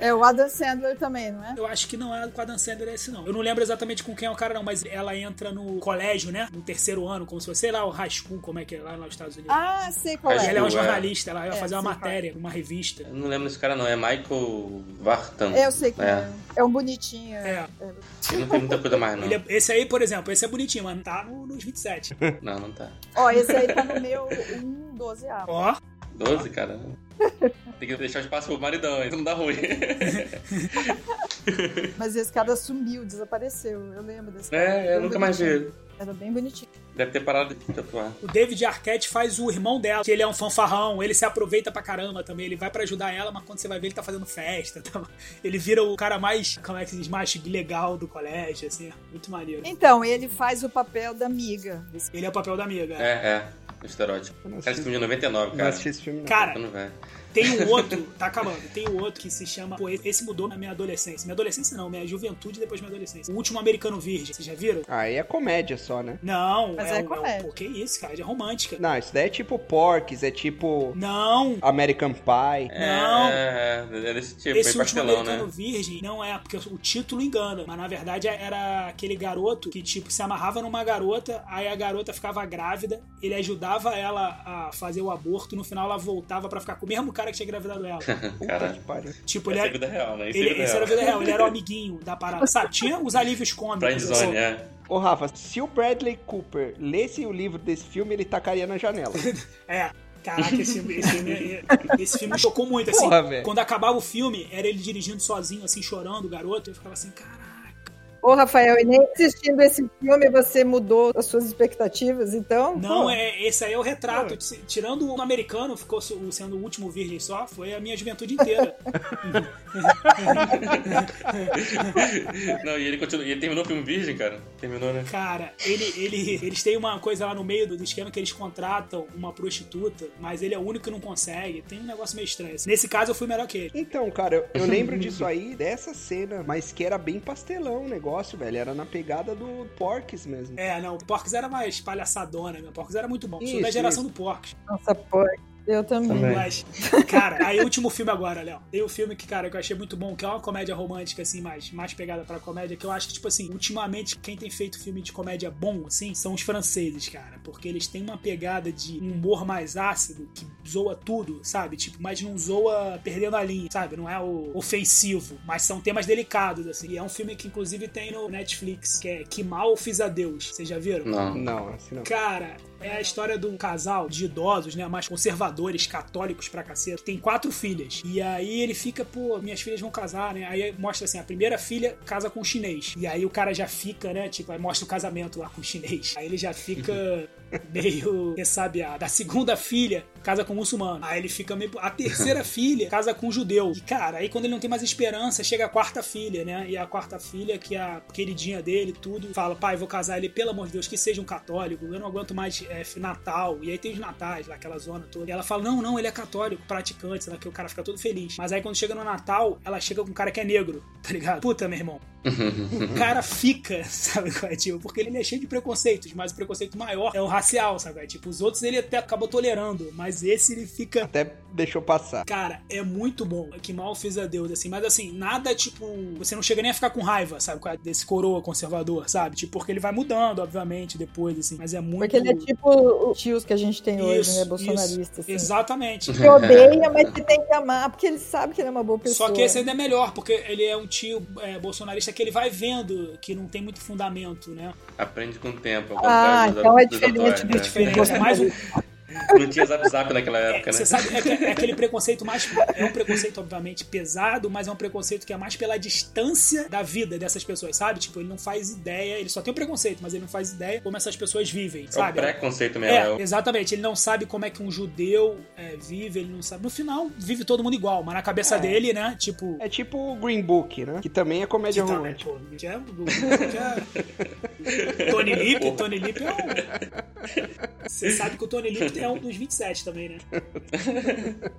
H: É o Adam Sandler também, não é?
C: Eu acho que não é com a Dan Sandler esse, não. Eu não lembro exatamente com quem é o cara, não, mas ela entra no colégio, né? No terceiro ano, como se fosse, sei lá, o high school, como é que é lá nos Estados Unidos.
H: Ah, sei qual
A: Mas
C: E
H: é.
C: ela é uma
A: é.
C: jornalista, ela vai
H: É,
C: fazer uma
H: sim,
C: matéria, uma revista.
A: Eu não lembro desse cara, não. É Michael Vartan.
H: Eu sei que
A: É.
H: é. É um bonitinho.
C: É.
A: Ele não fez muita coisa mais, não.
C: Ele é- esse aí, por exemplo, esse é bonitinho, mas não tá no- nos 27.
A: Não, não tá.
H: Ó, esse aí tá no meu 1, 12 a
C: Ó,
A: 12, cara. Tem que deixar espaço pro maridão, isso não dá ruim.
H: Mas esse cara sumiu, desapareceu. Eu lembro desse cara.
A: É, eu
H: Bem
A: nunca mais vi.
H: bonitinho.
A: ele.
H: Era bem bonitinho.
A: Deve ter parado de tatuar.
C: o David Arquette faz o irmão dela, que ele é um fanfarrão, ele se aproveita pra caramba também, ele vai pra ajudar ela, mas quando você vai ver, ele tá fazendo festa. tá? Ele vira o cara mais, como é que se diz, mais legal do colégio, assim, muito maneiro.
H: Então, ele faz o papel da amiga.
C: Ele é o papel da amiga.
A: É, é. Um estereótipo.
B: não
A: Cara, esse filme de 99,
B: Não
A: cara.
B: assisti esse filme, não.
C: Cara,
A: Quando vai.
C: Tem um outro, tá acabando, tem um outro que se chama. Pô, esse mudou na minha adolescência. Minha adolescência não, minha juventude e depois minha adolescência. O último americano virgem, vocês já viram?
B: Aí é comédia só, né?
C: Não,
H: Mas
C: é,
H: é
C: um-
H: comédia.
C: um- pô, que isso, cara? É romântica.
B: Não, isso daí é tipo Porks, é tipo
C: Não!
B: American Pie.
C: Não.
A: É, é, é desse tipo, meio
C: Esse último
A: É,
C: tá
A: pastelão, né?
C: americano virgem não é, porque o título engana, mas na verdade era aquele garoto que, tipo, se amarrava numa garota, aí a garota ficava grávida, ele ajudava ela a fazer o aborto, no final ela voltava pra ficar com o mesmo cara que tinha engravidado ela.
B: Puta
A: Cara,
B: que pariu.
C: tipo, ele
A: essa é a
C: era.
A: vida real, né? Isso
C: Ele,
A: é
C: esse era a
A: vida real.
C: vida real, ele era o amiguinho da parada. Sabe, tinha os alívios cômicos. assim.
A: Friendzone, é.
B: Ô, Rafa, se o Bradley Cooper lesse o livro desse filme, ele tacaria na janela.
C: É. Caraca, esse, esse filme, é- esse filme chocou muito, assim.
B: Porra, velho.
C: quando acabava o filme, era ele dirigindo sozinho, assim, chorando, o garoto. Eu ficava assim, caraca.
H: Ô, Rafael, e nem assistindo esse filme você mudou as suas expectativas, então?
C: Não,
H: Pô,
C: é, esse aí é o retrato. Se- Tirando o americano, ficou su- sendo o último virgem só, foi a minha juventude inteira.
A: é. Não, e ele continua. E ele terminou o filme virgem, cara? Terminou, né?
C: Cara, ele, ele, eles têm uma coisa lá no meio do, do esquema que eles contratam uma prostituta, mas ele é o único que não consegue. Tem um negócio meio estranho. assim. Nesse caso, eu fui melhor que ele.
B: Então, cara, eu, eu lembro disso aí, dessa cena, mas que era bem pastelão o negócio, velho. Era na pegada do Porks mesmo.
C: É, não, o Porcos era mais palhaçadona, meu. Porcos era muito bom. Sou
B: Isso,
C: da geração do Porcos.
H: Nossa, pô. Eu também.
C: Mas, cara, aí último filme agora, Léo. Tem um filme que, cara, que eu achei muito bom, que é uma comédia romântica, assim, mais, mais pegada pra comédia, que eu acho que, tipo assim, ultimamente, quem tem feito filme de comédia bom, assim, são os franceses, cara. Porque eles têm uma pegada de um humor mais ácido, que zoa tudo, sabe? Tipo, mas não zoa perdendo a linha, sabe? Não é o ofensivo, mas são temas delicados, assim. E é um filme que, inclusive, tem no Netflix, que é Que Mal Fiz a Deus. Vocês já viram?
A: Não.
B: Não, assim não.
C: Cara, é a história de um casal de idosos, né? Mais conservadores, católicos pra cacete. Tem quatro filhas. E aí ele fica, pô, minhas filhas vão casar, né? Aí mostra assim, a primeira filha casa com um chinês. E aí o cara já fica, né? Tipo, aí mostra o casamento lá com o chinês. Aí ele já fica meio, você sabe, a da segunda filha casa com um muçulmano. Aí ele fica meio... A terceira filha casa com um judeu. E, cara, aí quando ele não tem mais esperança, chega a quarta filha, né? E a quarta filha, que é a queridinha dele, tudo, fala, pai, vou casar ele, pelo amor de Deus, que seja um católico, eu não aguento mais é, Natal. E aí tem os natais lá, aquela zona toda. E ela fala, não, não, ele é católico, praticante, sei lá, que o cara fica todo feliz. Mas aí quando chega no Natal, ela chega com um cara que é negro, tá ligado? Puta, meu irmão o cara fica, sabe qual é? Tipo, porque ele é cheio de preconceitos, mas o preconceito maior é o racial, sabe? qual é? Tipo, os outros ele até acabou tolerando, mas esse ele fica.
B: Até deixou passar.
C: Cara, é muito bom. Que mal fiz a Deus, assim. Mas assim, nada tipo. Você não chega nem a ficar com raiva, sabe? qual é? Desse coroa conservador, sabe? Tipo, porque ele vai mudando, obviamente, depois, assim. Mas é muito.
H: Porque ele é tipo os tios que a gente tem hoje,
C: Isso,
H: né? Bolsonarista. Assim.
C: Exatamente.
H: Que odeia, mas que tem que amar, porque ele sabe que ele é uma boa pessoa.
C: Só que esse ainda é melhor, porque ele é um tio é, bolsonarista que ele vai vendo que não tem muito fundamento, né?
A: Aprende com o tempo. ao
H: Ah,
A: contrário dos-
H: então é diferente
A: dos atuais,
H: do
A: né?
H: diferente.
C: É mais um,
A: Não tinha zap zap naquela época, né?
C: Você sabe, é, que- é aquele preconceito mais. É um preconceito, obviamente, pesado, mas é um preconceito que é mais pela distância da vida dessas pessoas, sabe? Tipo, ele não faz ideia, ele só tem o preconceito, mas ele não faz ideia como essas pessoas vivem,
A: É o
C: sabe?
A: preconceito mesmo.
C: É,
A: É, o-
C: exatamente. Ele não sabe como é que um judeu é, vive, ele não sabe. No final, vive todo mundo igual, mas na
A: É.
C: cabeça dele, né? Tipo.
B: É tipo o Green Book, né? Que também é
C: que
B: comédia
C: tá-
B: romântica.
C: pô, que é- que é- Tony Lip, Tony Lip é um. Você sabe que o Tony Lip é um dos 27 também, né?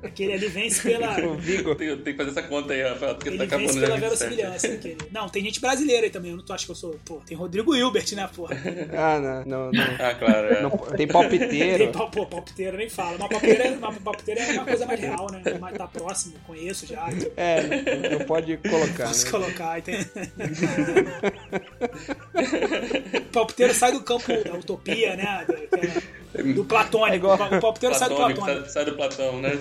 C: Aquele ali vence pela.
B: O Vigo.
A: Tem, tem que fazer essa conta aí, Rafael, porque tá
C: Ele
A: acabando
C: vence
A: já.
C: pela
A: 27.
C: verossimilhança. aquele. Não, tem gente brasileira aí também. Eu não tô, acho que eu sou. Pô, tem Rodrigo Hilbert, né, porra?
B: Ah, não, não, não.
A: Ah, claro. É.
B: Não, tem
C: Tem
B: palpiteiro.
C: pau, pô, palpiteiro nem fala. Mas palpiteiro, é, mas palpiteiro é uma coisa mais real, né? Mas tá próximo, conheço já. então.
B: É, não, não pode colocar,
C: Posso
B: né?
C: colocar, entende? o palpiteiro sai do campo da utopia, né? Do, do platônico.
B: É igual-
C: O palpiteiro sai do
A: Platônico,
C: platônico.
A: sai, sai do Platão, né?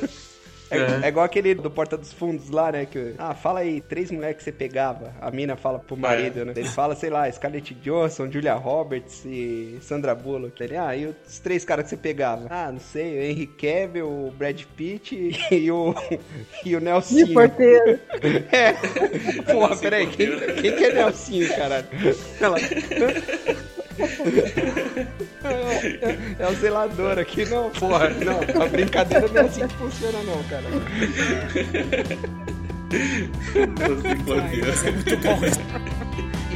B: É, é igual aquele do Porta dos Fundos lá, né? Que, ah, fala aí, três mulheres que você pegava. A mina fala pro marido,
A: É.
B: né? Ele fala, sei lá, Scarlett Johansson, Julia Roberts e Sandra Bullock. Ele, ah, e os três caras que você pegava? Ah, não sei, o Henry Cavill, o Brad Pitt e o, e o Nelson.
E: De porteiro.
B: É. Porra,
A: Nelsinho
B: peraí, quem,
A: Porteiro.
B: quem que é Nelsinho, caralho? Ela... É o zelador aqui, não, porra. Não, a brincadeira não é assim que funciona, não, cara.
A: Assim, por Deus.
C: Isso é muito bom. isso.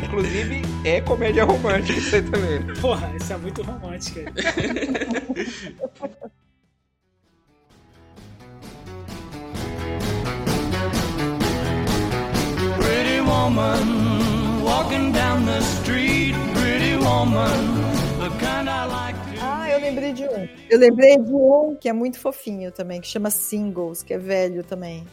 B: Inclusive, é comédia romântica isso aí também.
C: Porra, isso é muito romântico.
I: Pretty woman, walking down the street, pretty woman, the kind I like to.
E: Ah, eu lembrei de um. Eu lembrei de um que é muito fofinho também, que chama Singles, que é velho também.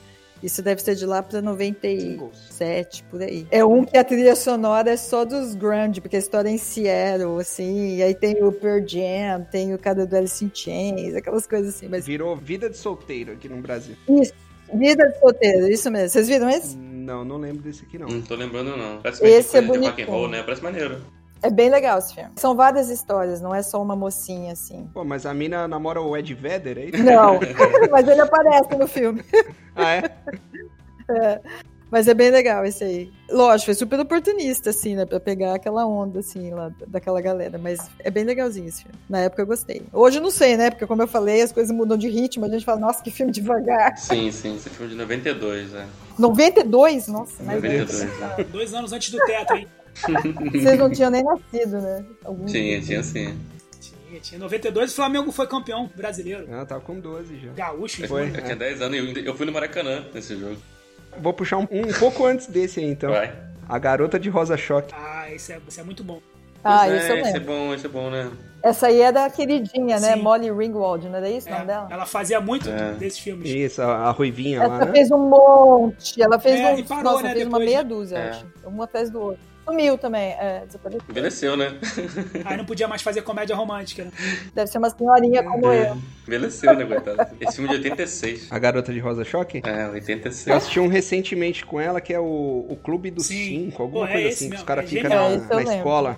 E: Isso deve ser de lá pra 97, por aí. É um que a trilha sonora é só dos grunge, porque a história é em Seattle, assim. E aí tem o Pearl Jam, tem o cara do Alice in Chains, aquelas coisas assim. Mas
B: Virou vida de solteiro aqui no Brasil.
E: isso, vida de solteiro, isso mesmo. Vocês viram esse?
B: Não, não lembro desse aqui, não.
C: Hum.
A: Não tô lembrando, não. Parece
E: Esse
A: meio
E: é
A: de coisa de rock
E: bonitão.
A: and roll, né? Parece maneiro.
E: É bem legal esse filme. São várias histórias, não é só uma mocinha, assim.
B: Pô, mas a mina namora o Ed Vedder é aí?
E: Não, mas ele aparece no filme.
B: Ah, é?
E: Mas é bem legal esse aí. Lógico, é super oportunista, assim, né? Pra pegar aquela onda, assim, lá daquela galera. Mas é bem legalzinho esse filme. Na época eu gostei. Hoje eu não sei, né? Porque como eu falei, as coisas mudam de ritmo. A gente fala, nossa, que filme devagar.
A: Sim, sim. Esse filme é de 92, né?
E: 92? Nossa, mas
A: 92,
E: é.
A: né?
C: Dois anos antes do teto, hein?
E: Vocês não tinham nem nascido, né? Algum...
A: Tinha, tinha sim.
C: Tinha, tinha. Em 92, o Flamengo foi campeão brasileiro.
B: Não, tava com 12 já.
C: Gaúcho, né?
B: Foi. é.
A: Eu tinha 10 anos e eu ainda- eu fui no Maracanã nesse jogo.
B: Vou puxar um, um pouco antes desse aí, então.
A: Vai.
B: A Garota de Rosa Choque.
C: Ah, isso é, isso é muito bom.
E: Ah,
A: Pois
E: isso eu
A: é, esse é
E: lembro.
A: bom, esse é bom, né?
E: Essa aí é da queridinha, né?
C: Sim.
E: Molly Ringwald, não era isso o
C: É,
E: nome dela?
C: ela fazia muito
A: É.
C: desses filmes.
B: Isso, a, a Ruivinha lá,
E: Essa
B: né?
E: fez um monte. Ela fez
C: É,
E: um.
C: e parou,
E: Nossa,
C: né,
E: fez uma
C: depois,
E: meia
C: né?
E: dúzia,
A: É.
E: acho. Um atrás do outro. Sumiu também. É, desapareceu.
A: Envelheceu, né?
C: Aí não podia mais fazer comédia romântica, né?
E: Deve ser uma senhorinha como eu.
A: É, Envelheceu, né, coitado? Esse filme de 86.
B: A Garota de Rosa Choque?
A: É,
B: Eu
A: 86.
B: assisti um recentemente com ela, que é o, o Clube dos
C: Sim.
B: Cinco, alguma
C: Pô, é
B: coisa
C: esse
B: assim, que os
C: mesmo, é
B: caras ficam
C: genial.
B: na,
E: Esse eu
B: na
E: lembro.
B: escola.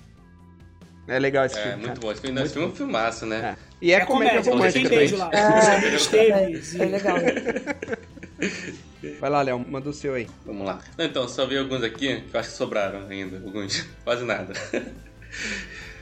B: É legal esse
A: É,
B: filme.
A: muito
B: cara.
A: bom. Esse filme, esse filme é um filmaço, né?
B: E é,
A: comédia,
B: comédia,
C: tem
B: romântica
C: beijo
B: também.
C: lá.
E: Ah,
C: Esteves
E: É, é
C: e-
E: legal.
B: Vai lá, Léo, manda o seu aí.
A: Vamos lá. Não, então, só vi alguns aqui, que eu acho que sobraram ainda. Alguns. Quase nada.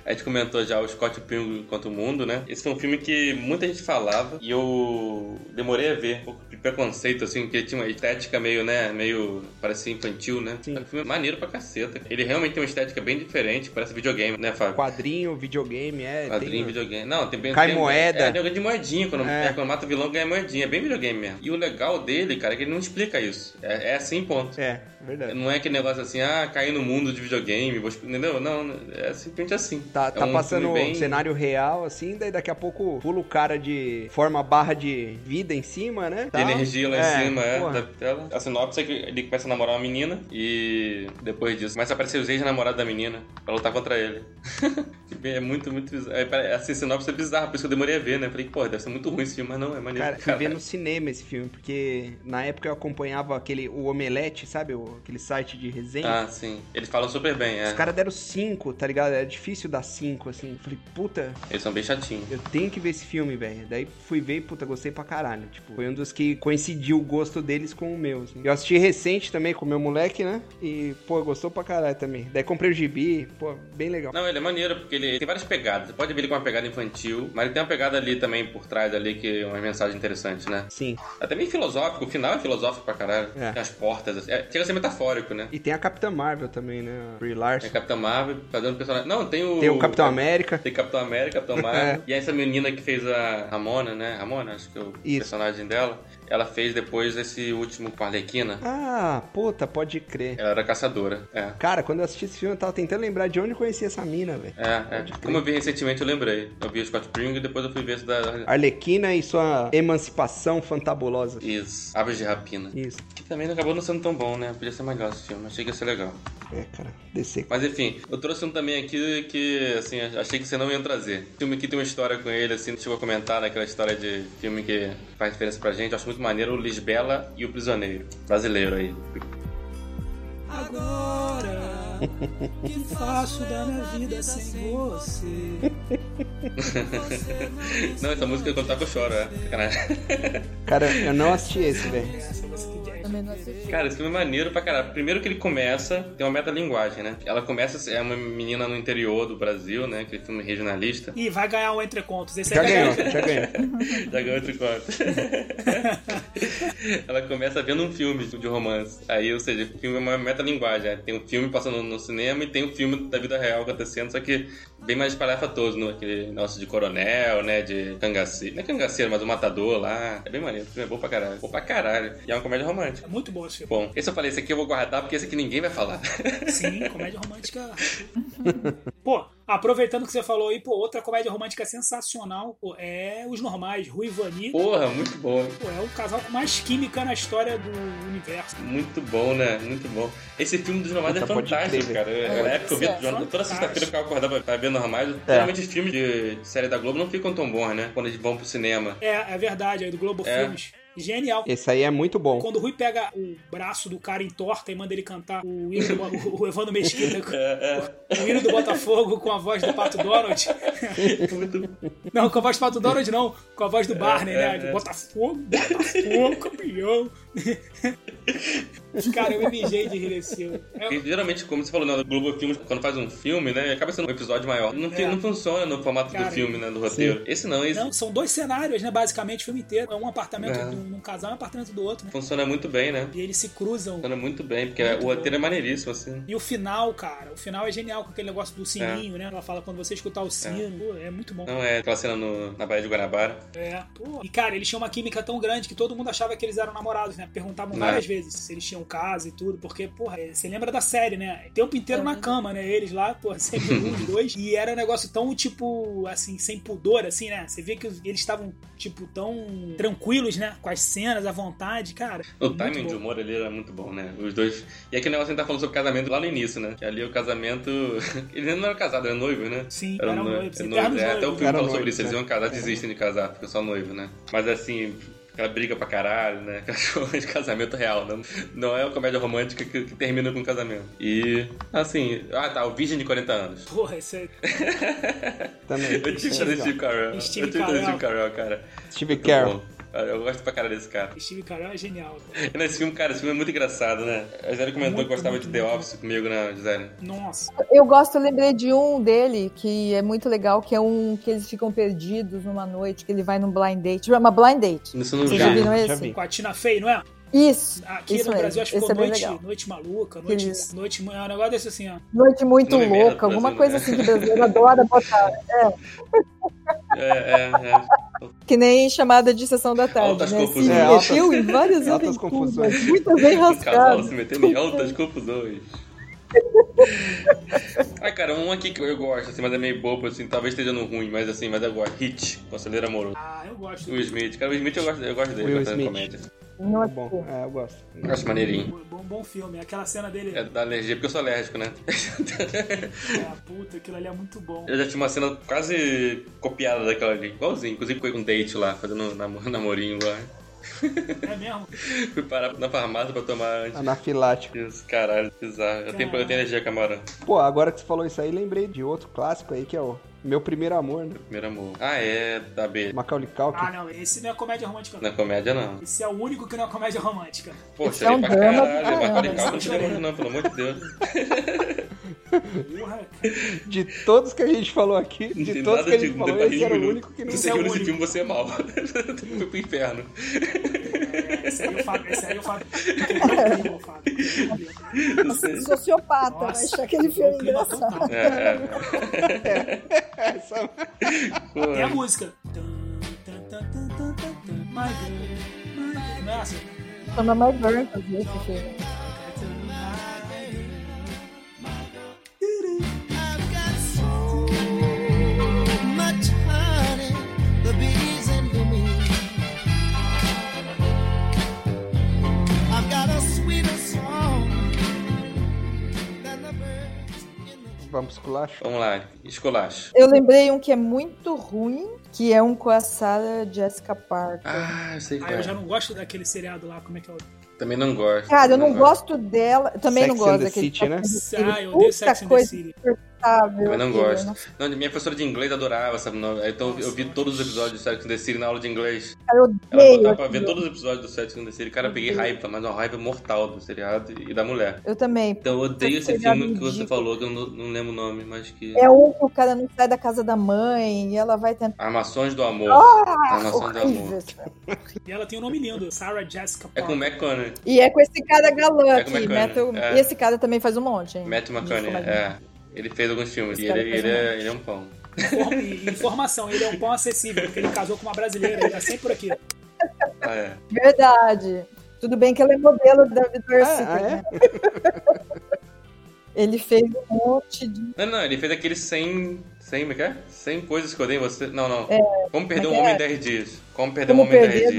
A: A gente comentou já o Scott Pilgrim contra o Mundo, né? Esse foi um filme que muita gente falava e eu demorei a ver. Um pouco de preconceito, assim, porque tinha uma estética meio, né? Meio. parecia infantil, né?
B: Sim.
A: É um filme maneiro pra caceta. Ele realmente tem uma estética bem diferente, parece videogame, né, Fábio?
B: Quadrinho, videogame, é.
A: Quadrinho,
B: tem-
A: videogame. Não, tem bem.
B: Cai
A: tem-
B: moeda.
A: É, negócio de moedinha. Quando,
B: É.
A: é, quando mata o vilão, ganha moedinha. É bem videogame mesmo. E o legal dele, cara, é que ele não explica isso. É, é assim, ponto.
B: É, verdade.
A: Não é aquele negócio assim, ah, caí no mundo de videogame, vou expl- entendeu? Não, é simplesmente assim.
B: Tá,
A: É
B: tá
A: um
B: passando
A: filme bem-
B: cenário real, assim, daí daqui a pouco pula o cara de forma barra de vida em cima, né?
A: Tem
B: Tal.
A: energia lá em cima, é,
B: porra.
A: da tela. A sinopse é que ele começa a namorar uma menina e depois disso começa a aparecer os ex-namorados da menina pra lutar contra ele. Tipo, é muito, muito bizarro. É, pare- Essa sinopse é bizarra, por isso que eu demorei a ver, né? Falei, pô, deve ser muito ruim esse filme, mas não, é maneiro. pra
B: Cara, fui ver
A: caralho.
B: no cinema esse filme, porque na época eu acompanhava aquele, o Omelete, sabe? O- aquele site de resenha.
A: Ah, sim. Ah, Eles falam super bem, é.
B: Os caras deram 5, tá ligado? Era difícil dar 5, assim. Falei, puta,
A: Eles são bem chatinhos.
B: eu tenho que ver esse filme, velho. Daí fui ver e, puta, gostei pra caralho. Tipo, foi um dos que coincidiu o gosto deles com o meu, assim. Eu assisti recente também com o meu moleque, né? E, pô, gostou pra caralho também. Daí comprei o gibi, pô, bem legal.
A: Não, ele é maneiro, porque ele tem várias pegadas. Você pode ver ele com uma pegada infantil, mas ele tem uma pegada ali também por trás ali, que é uma mensagem interessante, né?
B: Sim.
A: Até meio filosófico, o final é filosófico pra caralho.
B: É.
A: Tem as portas, assim. É, chega a ser metafórico, né?
B: E tem a Capitã Marvel também, né? A Brie
A: Tem
B: Larson.
A: a Capitã Marvel fazendo personagem. Não, tem É, o.
B: Tem o Capitão É. América.
A: Tem Capitão América, Capitão Marvel. E essa menina que fez a Ramona, né? Ramona, acho que é o
B: Isso.
A: personagem dela. Ela fez depois esse último com a Arlequina.
B: Ah, puta, pode crer.
A: Ela era caçadora. É.
B: Cara, quando eu assisti esse filme, eu tava tentando lembrar de onde eu conhecia essa mina, velho.
A: É, é. Como eu vi recentemente, eu lembrei. Eu vi o Scott Pring e depois eu fui ver esse da.
B: Arlequina e sua emancipação fantabulosa.
A: Isso. Aves de Rapina.
B: Isso.
A: Que também acabou não sendo tão bom, né? Podia ser melhor esse filme. Achei que ia ser legal.
B: É, cara, descer.
A: Mas enfim, eu trouxe um também aqui que, assim, achei que você não ia trazer. O filme aqui tem uma história com ele, assim, chegou a comentar naquela história de filme que faz diferença pra gente. Eu acho muito maneiro o Lisbela e o Prisioneiro. Brasileiro aí.
C: Agora, que faço da minha vida sem você?
A: Não, essa música quando toca eu choro, é. Sacanagem.
B: Cara, eu não assisti esse, velho.
C: Essa música de
H: Também não assisti.
A: Cara, esse filme é maneiro pra caralho. Primeiro que ele começa, tem uma metalinguagem, né? Ela começa, é uma menina no interior do Brasil, né? Aquele filme regionalista.
C: Ih, vai ganhar o Entre Contos. Esse é
B: Já
C: aí
B: ganhou,
C: ganhou.
B: já ganhou.
A: Já ganhou outro conto. Ela começa vendo um filme de romance. Aí, ou seja, o filme é uma metalinguagem. Aí Tem um filme passando no cinema e tem um filme da vida real acontecendo, só que bem mais espalhafatoso, né? aquele nosso de coronel, né? De cangaceiro. Não é cangaceiro, mas o matador lá. É bem maneiro, o filme é bom pra caralho. Bom pra caralho. E é uma comédia romântica.
C: É muito bom esse filme.
A: Bom, esse eu falei, esse aqui eu vou guardar porque esse aqui ninguém vai falar.
C: Sim, comédia romântica. pô, aproveitando que você falou aí, pô, outra comédia romântica sensacional pô, é Os Normais, Rui Vani.
A: Porra, muito bom.
C: Pô, é o casal com mais química na história do universo.
A: Muito bom, né? Muito bom. Esse filme dos normais é
B: Puta, pode
A: fantástico,
B: crer,
A: cara. Na época eu vi
C: é
A: Jonathan, toda
C: fantástico.
A: sexta-feira eu ficava acordado pra- pra ver normais.
B: É.
A: Geralmente os filmes de série da Globo não ficam tão bons, né? Quando eles vão pro cinema.
C: É, é verdade, aí do Globo
A: É.
C: Filmes. Genial.
B: Esse aí é muito bom.
C: Quando o Rui pega o braço do cara em torta e manda ele cantar o, hino do- o Evandro Mesquita, com- o hino do Botafogo com a voz do Pato Donald. Não, com a voz do Pato Donald não, com a voz do Barney, né? De Botafogo, Botafogo, campeão. Cara, eu me mijei de rir nesse filme. É-
A: Porque, geralmente, como você falou, né, o Globo Filmes, quando faz um filme, né? Acaba sendo um episódio maior. Não, fi-
C: É.
A: não funciona no formato do
C: Cara,
A: filme, né? Do roteiro. Esse não, esse
C: Não, são dois cenários, né? Basicamente, o filme inteiro. É um apartamento
A: É.
C: de um de um casal e um apartamento do outro, né?
A: funciona muito bem, né?
C: E eles se cruzam.
A: Funciona muito bem, porque
C: Muito
A: o roteiro
C: bom.
A: é maneiríssimo, assim.
C: E o final, cara, o final é genial com aquele negócio do sininho, né? Ela fala quando você escutar o sino, pô, é muito bom.
A: É. Não é aquela cena no- na Baía de Guanabara.
C: É, pô. E, cara, eles tinham uma química tão grande que todo mundo achava que eles eram namorados, né? Perguntavam várias
A: É.
C: vezes se eles tinham casa e tudo, porque, porra, é, você lembra da série, né? O tempo inteiro na cama, né? Eles lá, porra, sempre um, dois. E era um negócio tão, tipo, assim, sem pudor, assim, né? Você via que os- eles estavam, tipo, tão tranquilos, né? Com as cenas, à vontade, cara.
A: O
C: Muito
A: timing
C: bom.
A: de humor ali era muito bom, né? Os dois. E aquele negócio que a gente tá falando sobre casamento lá no início, né? Que ali o casamento. Eles não eram casados, eram noivos, né?
C: Sim,
A: Eram
C: eram
A: no-
C: noivos,
A: eram
C: eternos
A: noivos. É, até o
C: noivos.
A: filme
B: Eram
A: fala sobre
B: noivos,
A: isso. Eles
B: é.
A: iam casar, desistem de casar, ficam só noivo, né? Mas assim. Aquela briga pra caralho, né? Cachorro de casamento real, não, não é uma comédia romântica que, que termina com casamento. E, assim, ah tá, o Virgem de 40 anos.
C: Porra, isso é
B: Também. é
A: Eu tive que fazer Steve Carell. Eu tive
C: Steve
A: que fazer
C: Carell.
A: Steve Carell, cara.
B: Steve
A: Muito
B: Carell.
A: bom. Cara, Eu gosto pra caralho desse cara.
C: Steve Carell é genial.
A: E Nesse filme, cara, esse filme é muito engraçado, né? A Gisele comentou que gostava de The Office comigo, né, Gisele?
C: Nossa.
H: Eu gosto, eu lembrei de um dele que é muito legal, que é um que eles ficam perdidos numa noite, que ele vai num blind date. Chama blind date.
A: Isso eu não
C: Sim,
A: vi.
H: Já viram
B: já
H: esse?
B: vi.
C: Com a Tina Fey, não é?
H: Isso.
C: Aqui
H: isso
C: no
H: mesmo.
C: Brasil, acho que
H: esse
C: foi
H: é bem
C: noite,
H: legal.
C: noite maluca, noite,
H: Isso.
C: noite. É um negócio desse assim, ó.
H: Noite muito
A: Nome merda do
H: louca, alguma
A: Brasil,
H: coisa
A: né?
H: assim que o brasileiro adora botar.
A: É, é, é.
H: Que nem chamada de sessão da tarde.
A: Altas
H: né?
A: confusões.
H: Se
B: É, altas-
H: mexeu em várias
B: altas
H: aventuras,
B: confusões.
H: Muitas é bem
A: O casal
H: rascadas.
A: se metendo em altas confusões. Ai, cara, um aqui que eu gosto, assim, mas é meio bobo, assim, talvez esteja no ruim, mas assim, mas eu gosto. Hit, Conselheiro Amoroso.
C: Ah, eu gosto.
A: Will Smith. Cara, o Smith eu gosto, eu gosto dele,
B: Will
A: fazendo
B: Smith.
A: comédia.
H: Não é
B: Muito bom. É, eu gosto.
A: Eu acho maneirinho.
C: Bom, bom, bom filme. Aquela cena dele,
A: É da alergia, porque eu sou alérgico, né?
C: é, puta, aquilo ali é muito bom.
A: Eu já tinha uma cena quase copiada daquela ali, igualzinho. Inclusive foi um date lá, fazendo um namo- namorinho lá.
C: É mesmo?
A: Fui parar na farmácia pra tomar antes.
B: Anafilático.
A: Isso, caralho, bizarro. Eu tenho, eu tenho energia, camarão.
B: Pô, agora que você falou isso aí, lembrei de outro clássico aí, que é o Meu Primeiro Amor, né?
A: Primeiro amor. Ah, é, da abelha.
B: Macaulay Culkin.
C: Ah, não, esse não é comédia romântica.
A: Na comédia, não.
C: Esse é o único que não é comédia romântica.
A: Poxa,
E: Isso é um
A: pra
E: drama do
A: caralho.
E: caramba,
A: Macaulay
C: isso
A: Culkin
C: é
A: não te
C: um
A: demora, não, pelo amor de Deus.
C: Porra, cara.
B: De todos que a gente falou aqui,
A: Não
B: de
A: tem
B: todos
A: nada
B: que a
A: de
B: gente falou,
A: depois de
B: esse era o
A: minuto.
B: único que não
A: Você
C: é
A: seguiu
C: o
A: nesse
C: único.
A: filme, você é mal. Foi pro inferno.
C: Esse aí eu falo, esse aí eu falo. Eu falo.
A: Não sei.
E: Sociopata, vai
C: Nossa,
E: achar aquele filme
C: o clima
E: engraçado.
C: total.
A: É, é.
B: Essa-
C: Tem a
A: Pô,
C: música. Tan, tan, tan, tan, tan, tan, tan, My girl, my girl. Nossa.
E: Chama My Burn,
H: né,
E: fazer esse filme.
G: much honey, the bees envy me. I've got a sweeter song than the birds in the
B: Vamos pro lacho.
A: Vamos lá, esculacho.
E: Eu lembrei um que é muito ruim, que é um com a Sarah Jessica Parker.
A: Ah, eu sei qual
C: Ah, eu já
A: é.
C: não gosto daquele seriado lá, como é que é o.
A: Também não gosto.
E: Cara, eu não
A: gosto.
E: gosto dela. Também
B: Sex
E: não gosto
B: and the
E: daquele.
B: City, né?
C: Ah, eu odeio Sex and the
E: coisa
C: City.
E: insuportável,
A: Também não
E: filho.
A: gosto. Não, minha professora de inglês adorava essa novela. Então eu vi todos os episódios do Sex and the City na aula de inglês.
E: Cara, eu
A: Ela
E: odeio.
A: botava pra ver todos os episódios do Sex and the City. Cara, eu peguei raiva, mas uma raiva mortal do seriado e da mulher.
E: Eu também.
A: Então eu odeio esse
E: Seriado
A: filme que você
E: ridículo.
A: falou, que eu não, não lembro o nome, mas que...
E: É um que o cara não sai da casa da mãe e ela vai tentar.
A: Armações do Amor. Armações É do Amor.
E: Ah, Horrível. assim. sabe?
C: E ela tem um nome lindo, Sarah Jessica
A: É com o
C: Parker.
A: McConaughey.
E: E é com esse cara galã
A: É com
E: aqui.
A: o McConaughey,
E: Matthew-
A: é.
E: E esse cara também faz um monte, hein?
A: Matt McConaughey,
E: Isso, mas-
A: é. Ele fez alguns filmes. E
E: Esse cara
A: ele,
E: faz
A: ele, é, ele é um pão.
C: Form- e- Informação, ele é um pão acessível, porque ele casou com uma brasileira, ele tá sempre por aqui.
A: Ah, é.
E: Verdade. Tudo bem que ela é modelo da Victoria's
B: Ah,
E: Secret,
B: ah, é?
E: né? Ele fez um monte de.
A: Não, não, ele fez aquele 100... 100, como é que é? 100 coisas que eu odeio em você... Não, não. Como Perder um
E: Como
A: Homem
E: é que
A: em
E: é?
A: 10 Dias. Como Perder um
E: Como
A: Homem em 10
E: Perder um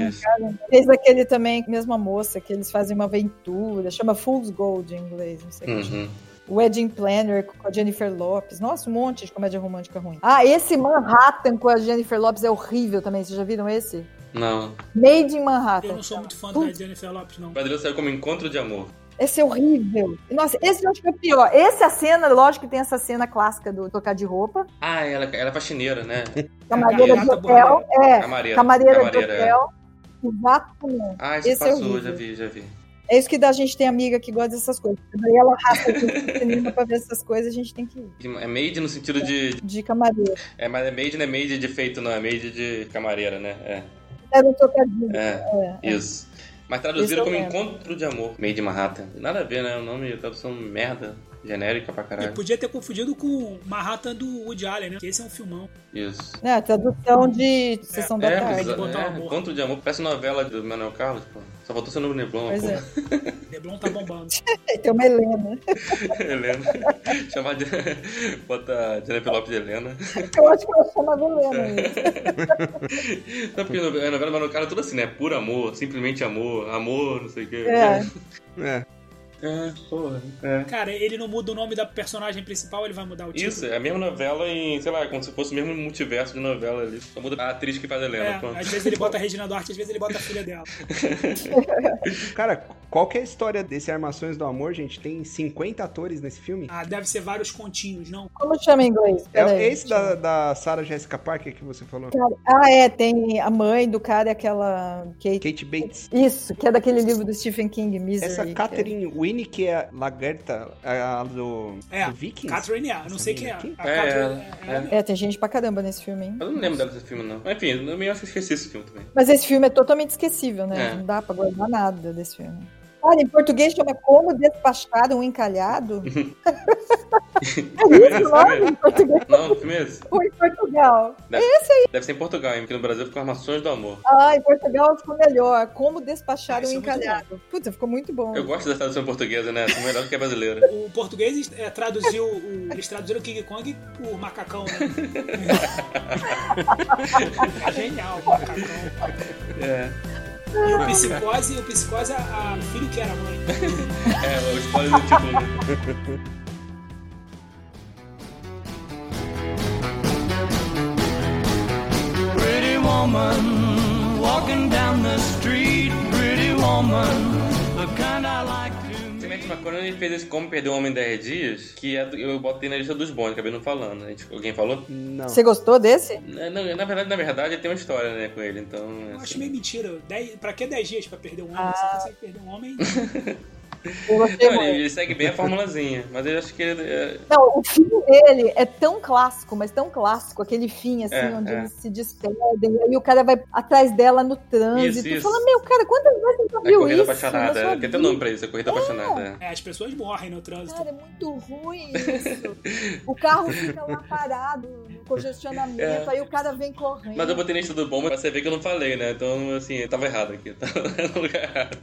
A: Dias.
E: Fez aquele também, mesma moça, que eles fazem uma aventura, chama Fool's Gold em inglês, não sei o que.
A: Uhum.
E: Wedding Planner com a Jennifer Lopes. Nossa, um monte de comédia romântica ruim. Ah, esse Manhattan com a Jennifer Lopes é horrível também. Vocês já viram esse?
A: Não.
E: Made in
C: Eu
E: Manhattan.
C: não sou muito fã da Jennifer Lopes, não.
A: O Padrinho saiu como Encontro de Amor.
E: Esse é horrível. Nossa, esse eu acho que é o pior. Essa cena, lógico que tem essa cena clássica do trocar de roupa.
A: Ah, ela, ela é faxineira, né?
E: Camareira de
C: Gata
E: hotel. É,
A: Camareira.
E: camareira de
A: é.
E: hotel. Exatamente.
A: Ah, isso
E: Esse é
A: passou,
E: horrível.
A: já vi, já vi.
E: É isso que dá a gente tem amiga que gosta dessas coisas. Daí ela arrasta tudo pro cinema pra ver essas coisas, a gente tem que ir.
A: É made no sentido de.
E: De camareira.
A: É, mas é made não é made de feito, não. É made de camareira, né? É.
E: Era um trocadilho.
A: É. isso. Mas
E: Isso
A: traduziram
E: eu
A: como
E: lembro.
A: Encontro de Amor. Made Manhattan. Nada a ver, né? O nome, a tradução merda. Genérica pra
C: E
A: caralho.
C: podia ter confundido com Manhattan do Woody Allen, né? Que esse é um filmão.
A: Isso.
E: Né, tradução de sessão da
A: É,
E: tarde.
A: bizarro,
C: botar
A: é,
C: amor.
A: Encontro de Amor. Parece novela do Manuel Carlos, pô. Só faltou ser no Neblon,
E: Pois
A: pô.
E: é.
C: Leblon tá bombando.
E: Tem uma Helena.
A: Helena. Chamar de. Bota Jennifer Lopes de Helena.
E: Eu acho que ela chama Helena isso.
A: Não, porque a novela Mano Cara é tudo assim, né? Por amor, simplesmente amor, amor, não sei o quê.
E: É.
B: É.
A: É, porra. É.
C: Cara, ele não muda o nome da personagem principal, ele vai mudar o título.
A: Isso, é a mesma novela em, sei lá, é como se fosse o mesmo multiverso de novela ali. Só muda a atriz que faz a
C: É,
A: Helena, pronto.
C: às vezes ele bota a Regina Duarte, às vezes ele bota a filha dela.
B: Cara, qual que é a história desse Armações do Amor, gente? Tem 50 atores nesse filme?
C: Ah, deve ser vários continhos, não?
E: Como chama em inglês?
B: É,
E: Peraí,
B: é esse
E: deixa eu
B: da, da Sarah Jessica Parker que você falou?
E: ver. Ah, é, tem a mãe do cara, aquela Kate.
B: Kate Bates.
E: Isso, que é daquele livro do Stephen King, Misery.
B: Essa
E: que é-
B: Catherine Winnie, que é a Lagerta, a a do,
C: É,
B: do Vikings?
C: Catherine A, não sei quem é. A
B: Quem?
A: É,
C: Catherine
A: é, é.
E: É, tem gente pra caramba nesse filme, hein?
A: Eu não lembro dela desse filme, não. Mas, Enfim, eu meio acho que esqueci esse filme também.
E: Mas esse filme é totalmente esquecível, né?
A: É.
E: Não dá pra guardar nada desse filme. Cara, em português chama Como Despachar um Encalhado? é isso,
A: isso
E: não?
A: mesmo.
E: Em português
A: Não, o filme é esse.
E: ou em Portugal?
A: Deve, deve ser em Portugal, hein? Porque no Brasil ficou Armações do Amor.
E: Ah, em Portugal ficou melhor. Como Despachar
C: Ah,
E: um
C: isso é muito
E: Encalhado? Puta, ficou muito bom.
A: Eu gosto da tradução portuguesa, né? Sou melhor do que a brasileira.
C: O português é, traduziu, o, eles traduziram King Kong por macacão, né? é genial, macacão.
A: É.
C: E o psicose, e o psicose, a, a- o filho que era mãe.
A: É, o spoiler do título.
G: Pretty woman,
J: walking down the street, pretty woman, the kind I like to meet.
A: Semente McConaughey fez esse Como Perder um Homem em 10 Dias, que é do- eu botei na lista dos bons, acabei não falando. A gente- Alguém falou?
B: Não.
E: Você gostou desse?
A: Na, na- na verdade, na verdade, tem uma história, né, com ele, então...
C: Eu
A: assim,
C: acho meio mentira. Dez, pra que 10 dias pra perder um homem? Você consegue perder um homem?
E: Eu gostei
A: não,
E: muito.
A: Então, ele, ele segue bem a formulazinha, mas eu acho que ele... é,
E: Não, o fim dele é tão clássico, mas tão clássico, aquele fim, assim,
A: É,
E: onde
A: é.
E: eles se despedem, e aí o cara vai atrás dela no trânsito.
A: Isso, isso.
E: Fala, meu, cara, quantas vezes você já
A: é
E: viu
A: Corrida
E: isso? na sua
A: Apaixonada, tem até
E: vida?"
A: nome pra isso, é Corrida Apaixonada. é.
C: É, as pessoas morrem no trânsito.
E: Cara, é muito ruim isso. o carro fica lá parado no congestionamento, aí o cara vem correndo.
A: É. Mas eu botei na lista do bom, mas você vê que eu não falei, né? Então, assim, eu tava errado aqui. Tava no lugar errado.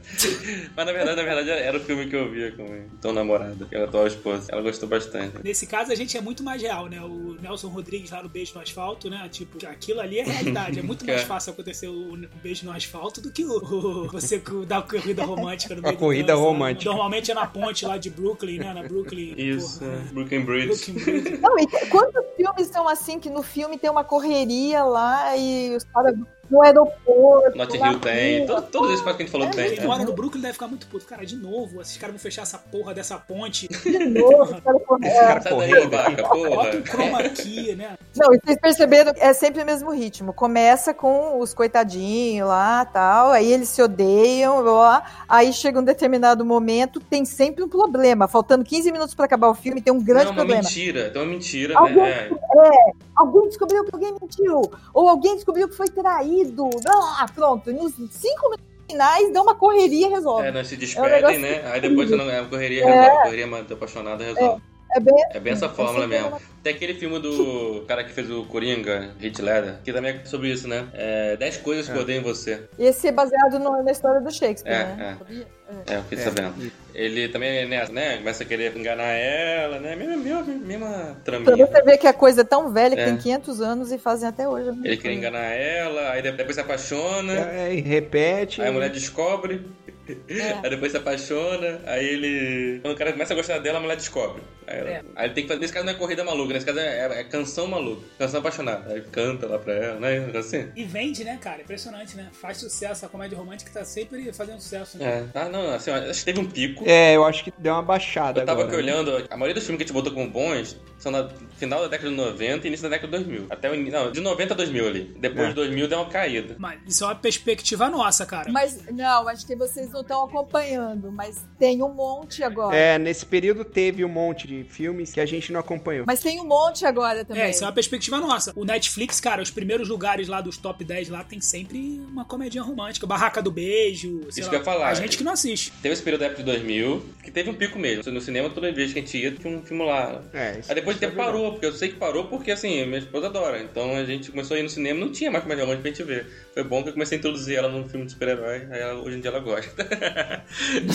A: Mas na verdade, na verdade, era o filme que eu via com minha então namorada, que era a atual esposa. Ela gostou bastante.
C: Nesse caso, a gente é muito mais real, né? O Nelson Rodrigues lá no Beijo no Asfalto, né? Tipo, aquilo ali é realidade. É muito mais
A: É.
C: fácil acontecer o beijo no asfalto do que o, o- você co- dar a corrida romântica no meio do
B: corrida
C: trânsito, né?
B: romântica.
C: Normalmente é na ponte lá de Brooklyn, né? Na Brooklyn.
A: Isso,
C: porra, né?
A: Brooklyn Bridge.
C: Brooklyn Bridge.
E: Não, e quantos filmes são assim que no filme tem uma correria lá e os caras no aeroporto?
A: Not
E: na
A: Hill tem.
E: rua?
A: Todo, todos esses quase que a gente falou que tem.
C: Quem
A: né?
C: mora no Brooklyn deve ficar muito puto. Cara, de novo, esses caras vão fechar essa porra dessa ponte.
E: De novo, os caras correndo.
B: Cara,
A: Sai daí,
B: corrida.
A: babaca,
C: Bota um
A: porra.
C: chroma aqui, né?
E: Não, e vocês perceberam, é sempre o mesmo ritmo. Começa com os coitadinhos lá, tal, aí eles se odeiam, lá, aí chega um determinado momento, tem sempre um problema. Faltando 15 minutos pra acabar o filme, tem um grande
A: Não, é uma
E: problema.
A: mentira. Tem uma mentira,
E: Alguém-
A: né? É.
E: Alguém descobriu que alguém mentiu, ou alguém descobriu que foi traído. Ah, pronto, nos cinco minutos finais dá uma correria e resolve.
A: É, nós se despedem,
E: um negócio-
A: né? Aí depois não, a correria resolve, a correria mas apaixonada resolve.
E: É, bem
A: É bem essa fórmula
E: Essa é
A: mesmo. Tem aquele filme do cara que fez o Coringa, Heath Ledger, que também é sobre isso, né? É, 10 coisas que eu odeio em você.
E: Esse é baseado no- na história do Shakespeare,
A: É,
E: né?
A: é.
E: Sabia?
A: É, eu
B: né?
A: fiquei sabendo. Ele também, né, né, começa a querer enganar ela, né? Mesma, mesma, mesma
E: Pra
A: traminha.
E: você ver que a coisa é tão velha que
A: É.
E: tem 500 anos e fazem até hoje. né?
A: Ele quer enganar ela, aí de- depois se apaixona,
B: É, e repete.
A: aí a mulher descobre, aí depois se apaixona, aí ele... Quando o cara começa a gostar dela, a mulher descobre. Aí, ela- aí ele tem que fazer... Nesse caso não é corrida maluca, nesse caso é, é- é canção maluca, canção apaixonada. Aí canta lá pra ela, né? Um negócio Assim.
C: E vende, né, cara? Impressionante, né? Faz sucesso. A comédia romântica tá sempre fazendo sucesso. Né?
A: É. Ah, não, assim, ó, acho que teve um pico.
B: É, eu acho que deu uma baixada
A: Eu tava aqui
B: agora. né?
A: olhando, a maioria dos filmes que a gente botou como bons são na final da década de 90 e início da década de 2000. Até o ini- não, de 90 a 2000 ali. Depois
B: É.
A: de 2000 deu uma caída.
C: Mas isso é uma perspectiva nossa, cara.
E: Mas não, acho que vocês não estão acompanhando, mas tem um monte agora.
B: É, nesse período teve um monte de filmes que a gente não acompanhou.
E: Mas tem um monte agora também.
C: É, isso é uma perspectiva nossa. O Netflix, cara, os primeiros lugares lá dos top 10 lá tem sempre uma comédia romântica. Barraca do Beijo, sei
A: Isso
C: lá.
A: que eu ia falar. é.
C: A gente que não assiste.
A: Teve esse período da época de 2000, que teve um pico mesmo. No cinema, toda vez que a gente ia, tinha um filme lá.
B: É, isso-
A: Aí depois de
B: isso
A: tempo
B: é
A: parou, porque eu sei que parou porque, assim, minha esposa adora. Então a gente começou a ir no cinema, não tinha mais comédia romântica pra gente ver. Foi bom que eu comecei a introduzir ela num filme de super-herói, aí ela- hoje em dia ela gosta.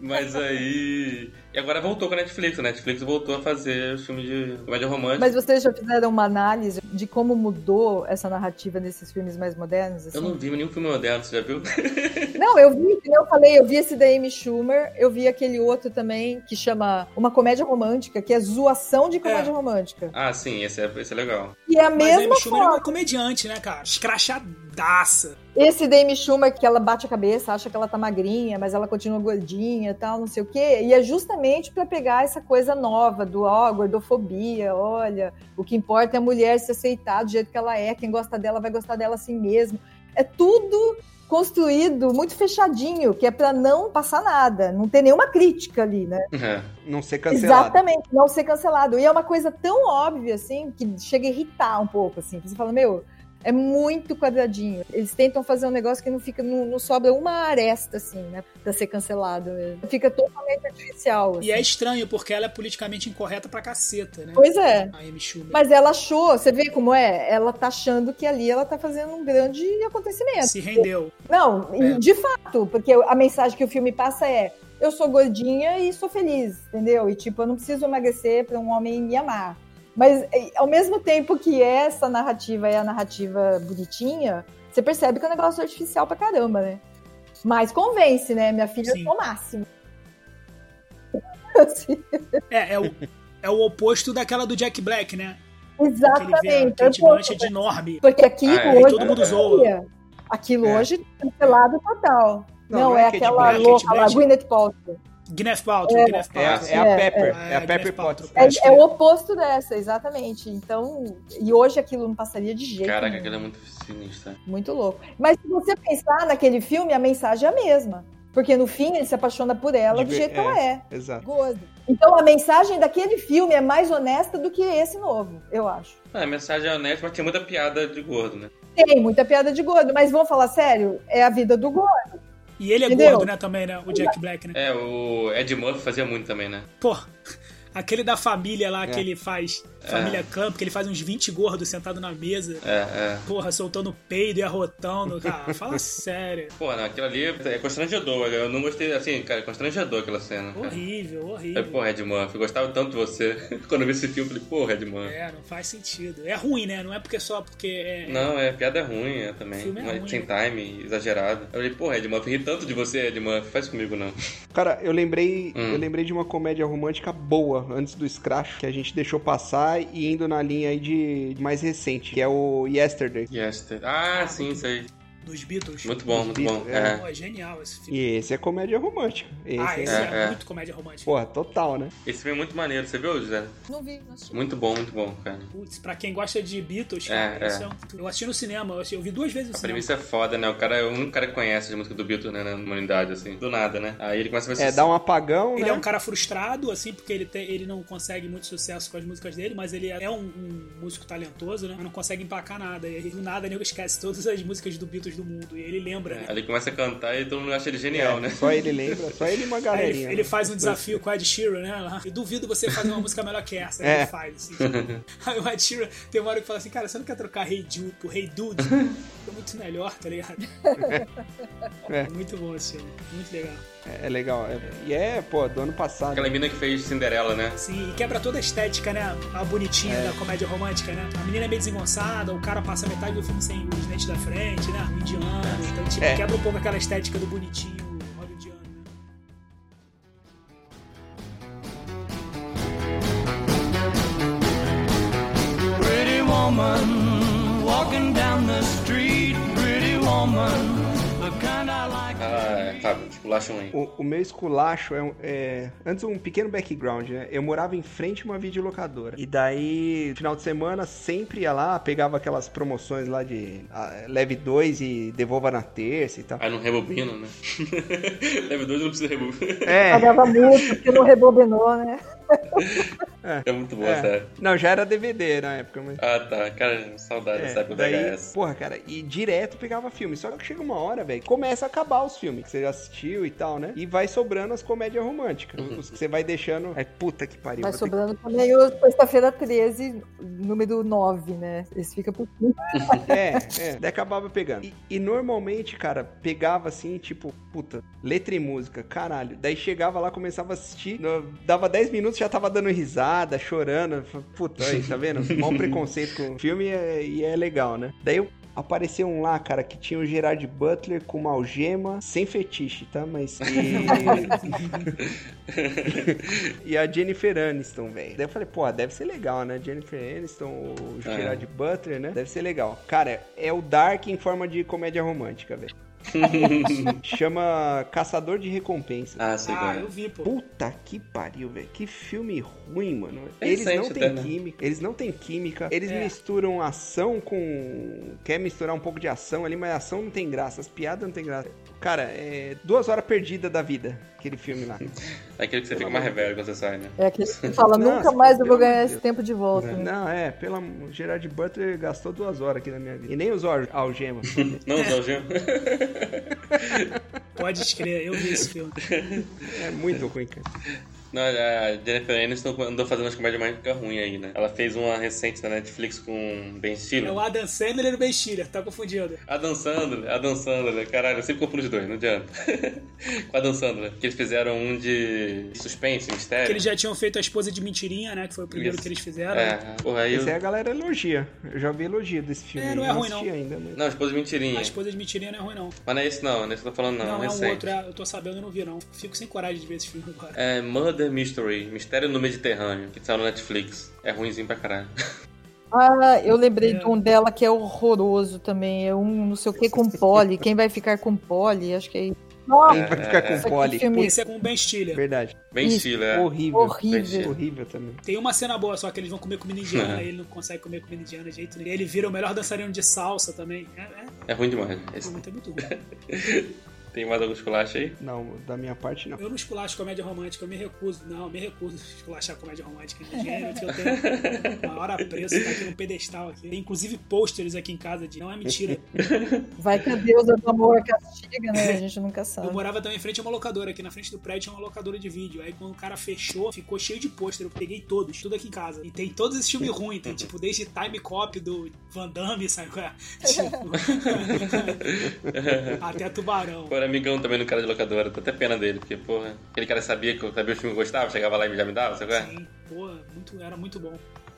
A: Mas aí... E agora voltou com a Netflix. A Netflix voltou a fazer os filmes de comédia romântica.
E: Mas vocês já fizeram uma análise de como mudou essa narrativa nesses filmes mais modernos? assim?
A: Eu não vi nenhum filme moderno, você já viu?
E: Não, eu vi, que nem eu falei, eu vi esse da Amy Schumer, eu vi aquele outro também que chama Uma Comédia Romântica, que é zoação de comédia romântica.
A: Ah, sim, esse é, esse é legal.
E: E é a
C: É. Mas a
E: mesma
C: Amy Schumer é
E: forma.
C: uma comediante, né, cara? Escrachadaça.
E: Esse da Amy Schumer que ela bate a cabeça, acha que ela tá magrinha, mas ela continua gordinha e tal, não sei o quê. E é justamente pra pegar essa coisa nova do, ó, gordofobia, olha, o que importa é a mulher se aceitar do jeito que ela é, quem gosta dela vai gostar dela assim mesmo. É tudo construído muito fechadinho, que é pra não passar nada, não ter nenhuma crítica ali, né?
A: É.
B: Não ser cancelado.
E: Exatamente, não ser cancelado. E é uma coisa tão óbvia, assim, que chega a irritar um pouco, assim. Você fala, meu, é muito quadradinho. Eles tentam fazer um negócio que não fica, não, não sobra uma aresta, assim, né? Pra ser cancelado mesmo. Fica totalmente artificial.
C: E
E: assim.
C: é estranho, porque ela é politicamente incorreta pra caceta, né?
E: Pois é.
C: A Amy Schumer.
E: Mas ela achou, você vê como é? Ela tá achando que ali ela tá fazendo um grande acontecimento.
C: Se rendeu.
E: Não, e
C: É.
E: de fato, porque a mensagem que o filme passa é: eu sou gordinha e sou feliz, entendeu? E tipo, eu não preciso emagrecer para um homem me amar. Mas eh, ao mesmo tempo que essa narrativa é a narrativa bonitinha, você percebe que é um negócio artificial pra caramba, né? Mas convence, né? Minha filha,
C: Sim.
E: eu sou o máximo. Assim,
C: É, é o, é o oposto daquela do Jack Black, né? Aquele vê a
E: exatamente. é
C: Kate
E: Eu tô-
C: Blanchett enorme.
E: Porque aqui
A: Ah, é,
E: hoje
C: todo mundo
E: em
C: zoa.
E: dia,
H: Aquilo
B: É.
H: hoje cancelado total.
B: Não,
H: Não,
B: não
H: é,
B: é Kate
H: aquela
C: Blanchett.
H: louca
C: Kate
H: lá,
C: Blanchett.
H: Gwyneth Paltrow.
C: Gwyneth Paltrow, Gwyneth
B: É, a-
C: Paltrow.
B: é a
H: É,
B: Pepper.
C: é.
B: É,
A: Ah,
B: a Pepper
C: Gwyneth Paltrow.
B: Potts.
C: Acho que
H: É, é
C: é.
H: o oposto dessa, exatamente. Então, e hoje aquilo não passaria de jeito
E: né?
A: Caraca,
H: nenhum.
A: aquilo é muito sinistra.
H: Muito louco. Mas se você pensar naquele filme, a mensagem é a mesma. Porque no fim ele se apaixona por ela do
B: Diver-
H: jeito que
B: é.
H: ela é.
B: Exato.
H: Gozo. Então a mensagem daquele filme é mais honesta do que esse novo, eu acho.
A: Ah, a mensagem é honesta, mas tinha muita piada de gordo, né?
H: Tem muita piada de gordo, mas vamos falar sério? É a vida do gordo.
C: E ele é
H: Entendeu?
C: gordo, né, também, né? O Jack Black, né?
A: É, o Ed Murphy fazia muito também, né?
C: Pô, aquele da família lá que ele faz, família Camp, que ele faz uns 20 gordos sentado na mesa.
A: É, é.
C: Porra, soltando peido e arrotando. Cara, fala sério.
A: Pô, não, aquilo ali é constrangedor. Eu não gostei, assim, cara, é constrangedor aquela cena. Cara.
C: Horrível,
A: Falei,
C: horrível.
A: É, pô, Ed Murphy, eu gostava tanto de você. Quando eu vi esse filme, eu falei, pô, Ed Murphy.
C: É, não faz sentido. É ruim, né? Não é porque só porque é.
A: Não, é, a piada é ruim, é também.
C: Filme é
A: Mas
C: ruim,
A: sem
C: né?
A: time, exagerado. Eu falei, pô, Ed Murphy, ri tanto de você, Ed Murphy, faz comigo não.
B: Cara, eu lembrei,
A: Hum.
B: eu lembrei de uma comédia romântica boa antes do Scratch, que a gente deixou passar e indo na linha aí de, de mais recente, que é o Yesterday.
A: Yes, ah, sim, sei.
C: Dos Beatles.
A: Muito bom, muito bom. É.
C: Pô, é genial esse filme.
B: E esse é comédia romântica. Esse
C: Ah,
B: é...
C: esse é,
A: é.
C: muito comédia romântica.
B: Porra, total, né?
A: Esse filme é muito maneiro, você viu, José?
H: Não vi, não assisti.
A: Muito bom, muito bom, cara.
C: Putz, pra quem gosta de Beatles, cara,
A: É,
C: isso é um- eu assisti no cinema, eu, assisti- eu vi duas vezes no
A: A
C: cinema.
A: premissa é foda, né? O cara é o único cara que conhece a música do Beatles, né, na humanidade, assim. Do nada, né? Aí ele começa a ver
B: É, dá um apagão,
C: Ele
B: né?
C: é um cara frustrado, assim, porque ele, tem- ele não consegue muito sucesso com as músicas dele, mas ele é um, um músico talentoso, né? Mas não consegue emplacar nada. E aí, do nada, nego esquece todas as músicas do Beatles do mundo. E ele lembra, né?
A: Aí ele começa a cantar e todo mundo acha ele genial,
B: É,
A: né?
B: Só ele lembra, só ele e uma
C: Aí É, ele,
B: galerinha.
C: ele
B: né?
C: faz um desafio com o Ed Sheeran, né? Lá. Eu duvido você fazer uma música melhor que essa.
B: É.
C: Ele faz, assim. Aí o Ed Sheeran tem uma hora que fala assim, cara, você não quer trocar Hey Jude por Hey Dude? É muito melhor, tá ligado?
B: É.
C: Muito bom esse filme. Muito legal.
B: É, é legal. é. E é, pô, do ano passado.
A: Aquela mina que fez Cinderela, né?
C: Sim, e quebra toda a estética, né? A bonitinha
A: É.
C: da comédia romântica, né? A menina é meio desengonçada, o cara passa metade do filme sem os dentes da frente, né? O indiano. Então, tipo,
B: É.
C: quebra um pouco aquela estética do bonitinho hollywoodiano. né?
F: Pretty woman, walking down the street, pretty woman, the kind I like.
A: Ah, sabe, tipo, lacha ruim.
B: O, o meu esculacho é, um- é- Antes, um pequeno background, né? Eu morava em frente a uma videolocadora. E daí, final de semana, sempre ia lá, pegava aquelas promoções lá de ah, leve 2 e devolva na terça e tal.
A: Aí não rebobina, né? Leve dois não precisa rebobinar.
B: É,
H: Pagava muito, porque não rebobinou, né?
A: É muito boa,
B: É.
A: sério.
B: não, já era DVD na época, mas.
A: Ah, tá. Cara, saudade
B: É,
A: dessa época
B: daí,
A: da HS.
B: porra, cara, e direto pegava filme. Só que chega uma hora, velho, que começa a acabar os filmes que você já assistiu e tal, né? E vai sobrando as comédias românticas. Os que você vai deixando. É puta que pariu.
H: Vai
B: vou ter que-
H: sobrando também o Sexta-feira 13, número 9, né? Esse fica por fim.
B: É, é. Daí acabava pegando. E, e normalmente, cara, pegava assim, tipo, puta, letra e música, caralho. Daí chegava lá, começava a assistir, no- dava 10 minutos, já tava dando risada, chorando. Fa- Puta, aí, tá vendo? Mal preconceito com o filme é- e é, legal, né? Daí eu- Apareceu um lá, cara, que tinha o Gerard Butler com uma algema, sem fetiche, tá? Mas. E, e a Jennifer Aniston, velho. Daí eu falei, pô, deve ser legal, né? Jennifer Aniston, o
A: É.
B: Gerard de Butler, né? Deve ser legal. Cara, é o Dark em forma de comédia romântica, velho. Chama Caçador de Recompensa.
A: Ah, sei
C: Ah,
A: qual
C: eu
A: é.
C: vi, pô.
B: Puta que pariu, velho. Que filme ruim, mano.
A: É
B: Eles não
A: recente
B: têm
A: até, né?
B: química. Eles não têm química. Eles
C: É.
B: misturam ação com. Quer misturar um pouco de ação ali, mas ação não tem graça. As piadas não tem graça. Cara, é duas horas perdidas da vida, aquele filme lá.
A: É aquele que você fica mais revelado quando você sai, né?
H: É aquele que fala, nunca
B: Nossa,
H: mais eu vou
B: pelo amor de
H: ganhar esse
B: Deus.
H: tempo de volta. né?
B: Não, é, pela. o Gerard Butler gastou duas horas aqui na minha vida. E nem usou a algema.
A: Não,
B: É.
A: não, Gil.
C: Pode escrever, eu vi esse filme.
B: é muito ruim, cara.
A: Não, a Jennifer Aniston andou fazendo as comédias mais ruins aí, né? Ela fez uma recente na Netflix com Ben Stiller.
C: É o Adam Sandler e o Ben Stiller, tá confundindo.
A: A dançando, a dançando, né? Caralho, eu sempre confundo os dois, não adianta. Com a dançando, né? Que eles fizeram um de suspense, mistério.
C: Que eles já tinham feito a esposa de mentirinha, né? Que foi o primeiro
A: É. Isso.
C: que eles fizeram. né?
A: É, porra, aí. Eu...
B: Esse aí a galera elogia. Eu já vi elogio desse filme.
C: É, não
B: Eu
C: é ruim,
B: assisti
C: não.
B: ainda, mas...
A: Não, esposa de mentirinha.
C: A esposa de mentirinha não é ruim, não.
A: Mas não é esse não, não é esse que eu tô falando, não.
C: Não, é um
A: recente.
C: outro, é- eu tô sabendo, eu não vi, não. Fico sem coragem de ver esse filme agora.
A: É Murder Mystery, Mistério no Mediterrâneo, que saiu no Netflix. É ruimzinho pra caralho.
H: Ah, eu lembrei de um dela que é horroroso também. É um não sei o que com pole. Quem vai ficar com pole? Acho que é isso.
B: Quem vai ficar com pole?
H: filme
C: Esse é com o Ben Stiller.
B: Verdade.
A: Bem
H: Isso.
A: estilo, é.
B: Horrível.
H: horrível.
B: Horrível também.
C: Tem uma cena boa, só que eles vão comer comida indiana,
A: É.
C: ele não consegue comer comida indiana de jeito nenhum. Ele vira o melhor dançarino de salsa também. É, é,
A: É ruim demais. Esse-
C: é muito ruim.
A: Tem mais alguns culachos aí?
B: Não, da minha parte não.
C: Eu não esculacho comédia romântica, eu me recuso. Não, eu me recuso a esculachar comédia romântica de gênero, que eu tenho maior apreço, tá aqui no pedestal aqui. Tem inclusive pôsteres aqui em casa de. Não é mentira.
H: Vai que a deusa do amor castiga, né? A gente nunca sabe.
C: Eu morava também em frente a uma locadora, aqui na frente do prédio tinha uma locadora de vídeo. Aí quando o cara fechou, ficou cheio de pôster. Eu peguei todos, tudo aqui em casa. E tem todos esses filmes ruins, tem tipo desde Time Cop do Van Damme, sabe? qual é? Tipo, até Tubarão.
A: Pô, era amigão também no cara de locadora, tô até pena dele, porque, porra, aquele cara sabia que eu sabia o filme que eu gostava, chegava lá e já me dava, sabe? qual é?
C: Sim, pô, muito, era muito bom.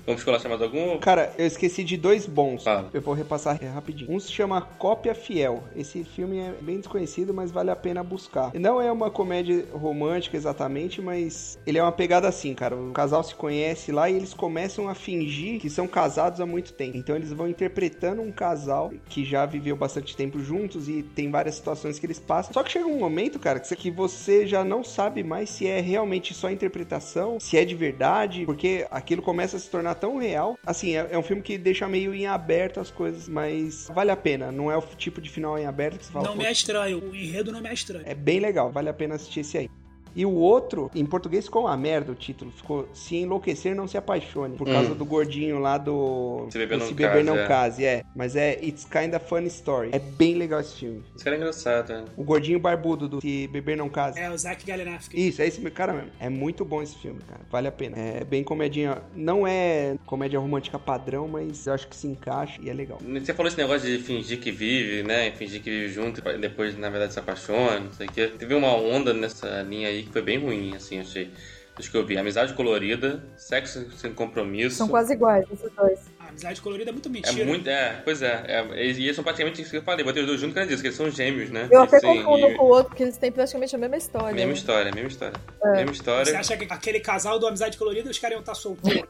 A: Vamos esculachar mais algum?
B: Cara, eu esqueci de dois bons.
A: Fala.
B: Eu vou repassar rapidinho. Um se chama Cópia Fiel. Esse filme é bem desconhecido, mas vale a pena buscar. Não é uma comédia romântica exatamente, mas ele é uma pegada assim, cara. O casal se conhece lá e eles começam a fingir que são casados há muito tempo. Então eles vão interpretando um casal que já viveu bastante tempo juntos e tem várias situações que eles passam. Só que chega um momento, cara, que você- que você já não sabe mais se é realmente só interpretação, se é de verdade, porque aquilo começa a se tornar tão real. Assim, é, é um filme que deixa meio em aberto as coisas, mas vale a pena. Não é o tipo de final em aberto que você fala.
C: Não
B: "Pô,
C: me é estranho, o enredo não me é estranho.
B: é bem legal, vale a pena assistir esse aí. E o outro, em português ficou uma merda o título, ficou Se Enlouquecer Não Se Apaixone, por
A: Hum.
B: causa do gordinho lá do
A: Se Beber
B: do
A: Não
B: Se Beber
A: Case,
B: Não
A: é.
B: Case, é. Mas é It's Kinda Funny Story. É bem legal esse filme.
A: Esse cara é engraçado, né?
B: O gordinho barbudo do Se Beber Não Case.
C: É o Zac Galifianakis.
B: Isso, é esse cara mesmo. É muito bom esse filme, cara. Vale a pena. É bem comedinha. Não é comédia romântica padrão, mas eu acho que se encaixa e é legal.
A: Você falou esse negócio de fingir que vive, né? Fingir que vive junto, e depois, na verdade, se apaixona, não sei o quê. Teve uma onda nessa linha aí que foi bem ruim, assim, achei. Acho que eu vi. Amizade colorida, sexo sem compromisso.
H: São quase iguais, esses dois.
C: A amizade colorida é muito
A: É
C: mentira.
A: muito, é, pois é, é, eles- E eles são praticamente isso que eu falei, botei os dois juntos, cara, disso, que eles são gêmeos, né?
H: Eu até
A: Assim,
H: confundo
A: e-
H: com o outro, porque eles têm praticamente a mesma história.
A: Mesma
H: né? É.
A: história, mesma história. Mesma
C: Você
A: história.
C: acha que aquele casal do Amizade Colorida os caras iam tá estar solteiros?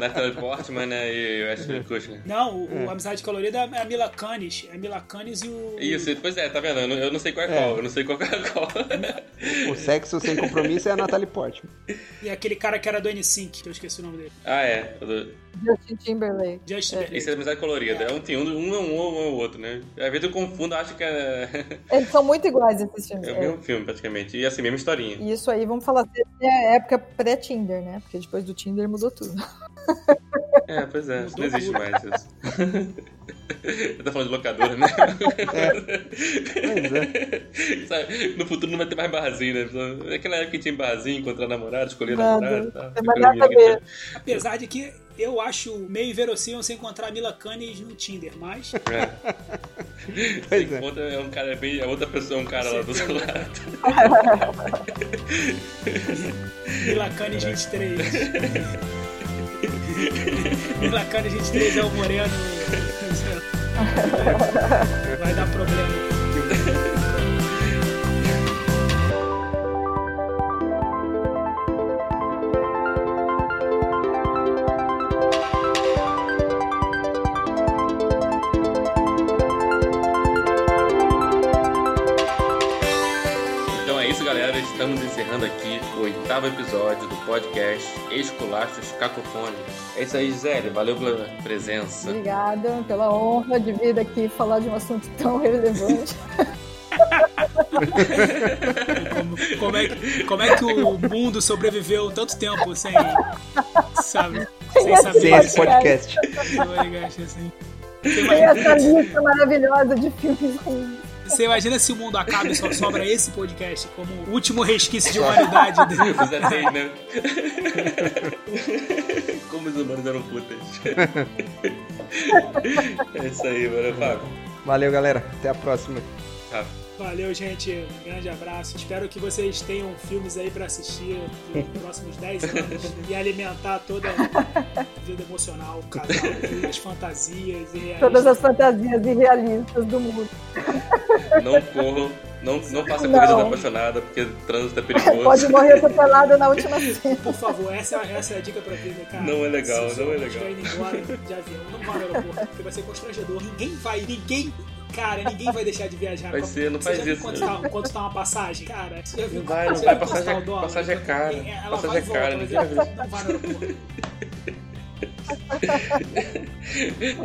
A: Natalie Portman, né? E o Ashley Kushner.
C: Não, o, o Amizade Colorida é a Mila Kunis. É a Mila Kunis e o.
A: Isso, e- pois é, tá vendo? Eu não, eu não sei qual é
B: É.
A: qual, eu não sei qual é qual.
B: O Sexo Sem Compromisso é a Natalie Portman.
C: E aquele cara que era do N5, que eu esqueci o nome dele.
A: ah, é. eu dou-
H: Justin Timberlake.
C: Justin
A: Esse é
C: Timberlake.
A: amizade colorida. É um tem um, um é um, um é o outro, né? Às vezes eu confundo, acho que é,
H: Eles são muito iguais esses filmes.
A: é o
H: é.
A: mesmo filme, praticamente. E assim, mesma historinha.
H: E isso aí, vamos falar, assim, é a época pré-Tinder, né? Porque depois do Tinder mudou tudo.
A: É, pois é, isso não
C: Mudou
A: existe
C: tudo.
A: mais isso. Eu tô falando de locadora, né?
B: Pois é.
A: Sabe, no futuro não vai ter mais barzinho, né? Só- Naquela época que tinha barzinho, encontrar namorado, escolher
H: Nada.
A: namorado. Tá?
H: Tem mais nada a ver.
C: Apesar de que eu acho meio inverossímil você encontrar a Mila Kunis no Tinder, mas.
B: Pois
A: Você
B: é.
A: encontra, é um cara bem. É outra pessoa, um cara lá do seu lado.
C: Mila Kunis 23. Mila Kunis 23 é o Moreno. Vai dar problema.
A: Então é isso, galera. Estamos encerrando aqui o oitavo episódio do podcast Esculachos Cacofônicos. É isso aí, Gisele. Valeu pela presença.
H: Obrigada pela honra de vir aqui falar de um assunto tão relevante.
C: Como é, que- como é que o mundo sobreviveu tanto tempo sem. Sabe? Sem saber
B: Sem esse
C: disso?
B: podcast.
C: Obrigado, assim. Você
H: Tem
C: imagina,
H: essa lista maravilhosa de filmes ruins.
C: você imagina se o mundo acaba e só sobra esse podcast como o último resquício de humanidade.
A: Eu fiz assim, né? Como os humanos eram putas. É isso aí, valeu, Fábio.
B: Valeu, galera. Até a próxima.
C: Valeu, gente. Um grande abraço. Espero que vocês tenham filmes aí pra assistir nos próximos 10 anos e alimentar toda a vida emocional, o casal, as fantasias e
H: Todas as fantasias irrealistas do mundo.
A: Não corram Não, não faça corrida
H: Não.
A: desapaixonada, porque trânsito é perigoso.
H: Pode morrer atropelado na última cena.
C: Por favor, essa, essa é a dica pra vida, cara.
A: Não é legal,
C: Se
A: não é
C: você
A: legal.
C: estiver indo embora de avião, não para no aeroporto, porque vai ser constrangedor. Ninguém vai, ninguém... Cara, ninguém vai deixar de viajar.
A: Vai ser, não
C: Você
A: faz
C: já viu
A: isso.
C: Quanto tá, quanto tá uma passagem? Cara, você já viu?
A: Não vai, não
C: você
A: vai,
C: já viu quanto
A: passagem
C: tá
A: é-
C: o dólar?
A: passagem é cara,
C: Ela
A: passagem
C: vai e
A: é
C: volta,
A: cara,
C: mas
A: ninguém
C: ela não vai no aeroporto.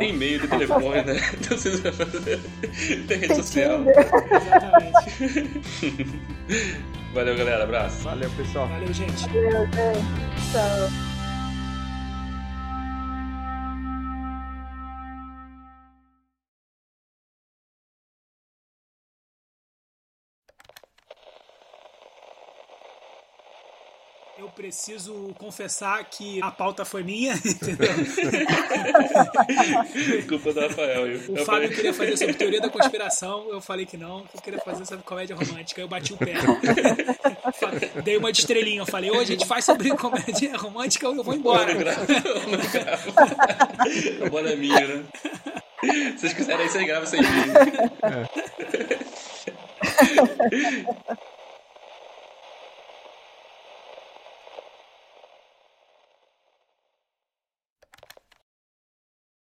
A: Tem e-mail, tem telefone, né? Então vocês vão fazer. Tem rede social.
C: Exatamente.
A: Valeu, galera. Abraço.
B: Valeu, pessoal.
C: Valeu, gente.
H: Então,
C: Eu preciso confessar que a pauta foi minha, entendeu?
A: Desculpa do Rafael. viu?
C: O
A: Eu
C: Fábio
A: falei-
C: queria fazer sobre teoria da conspiração, eu falei que não. Eu queria fazer sobre comédia romântica, eu bati o pé. Dei uma de estrelinha, eu falei, hoje a gente faz sobre comédia romântica, eu vou embora.
A: A bola é minha, né? Se vocês quiserem aí, vocês gravam sem mim.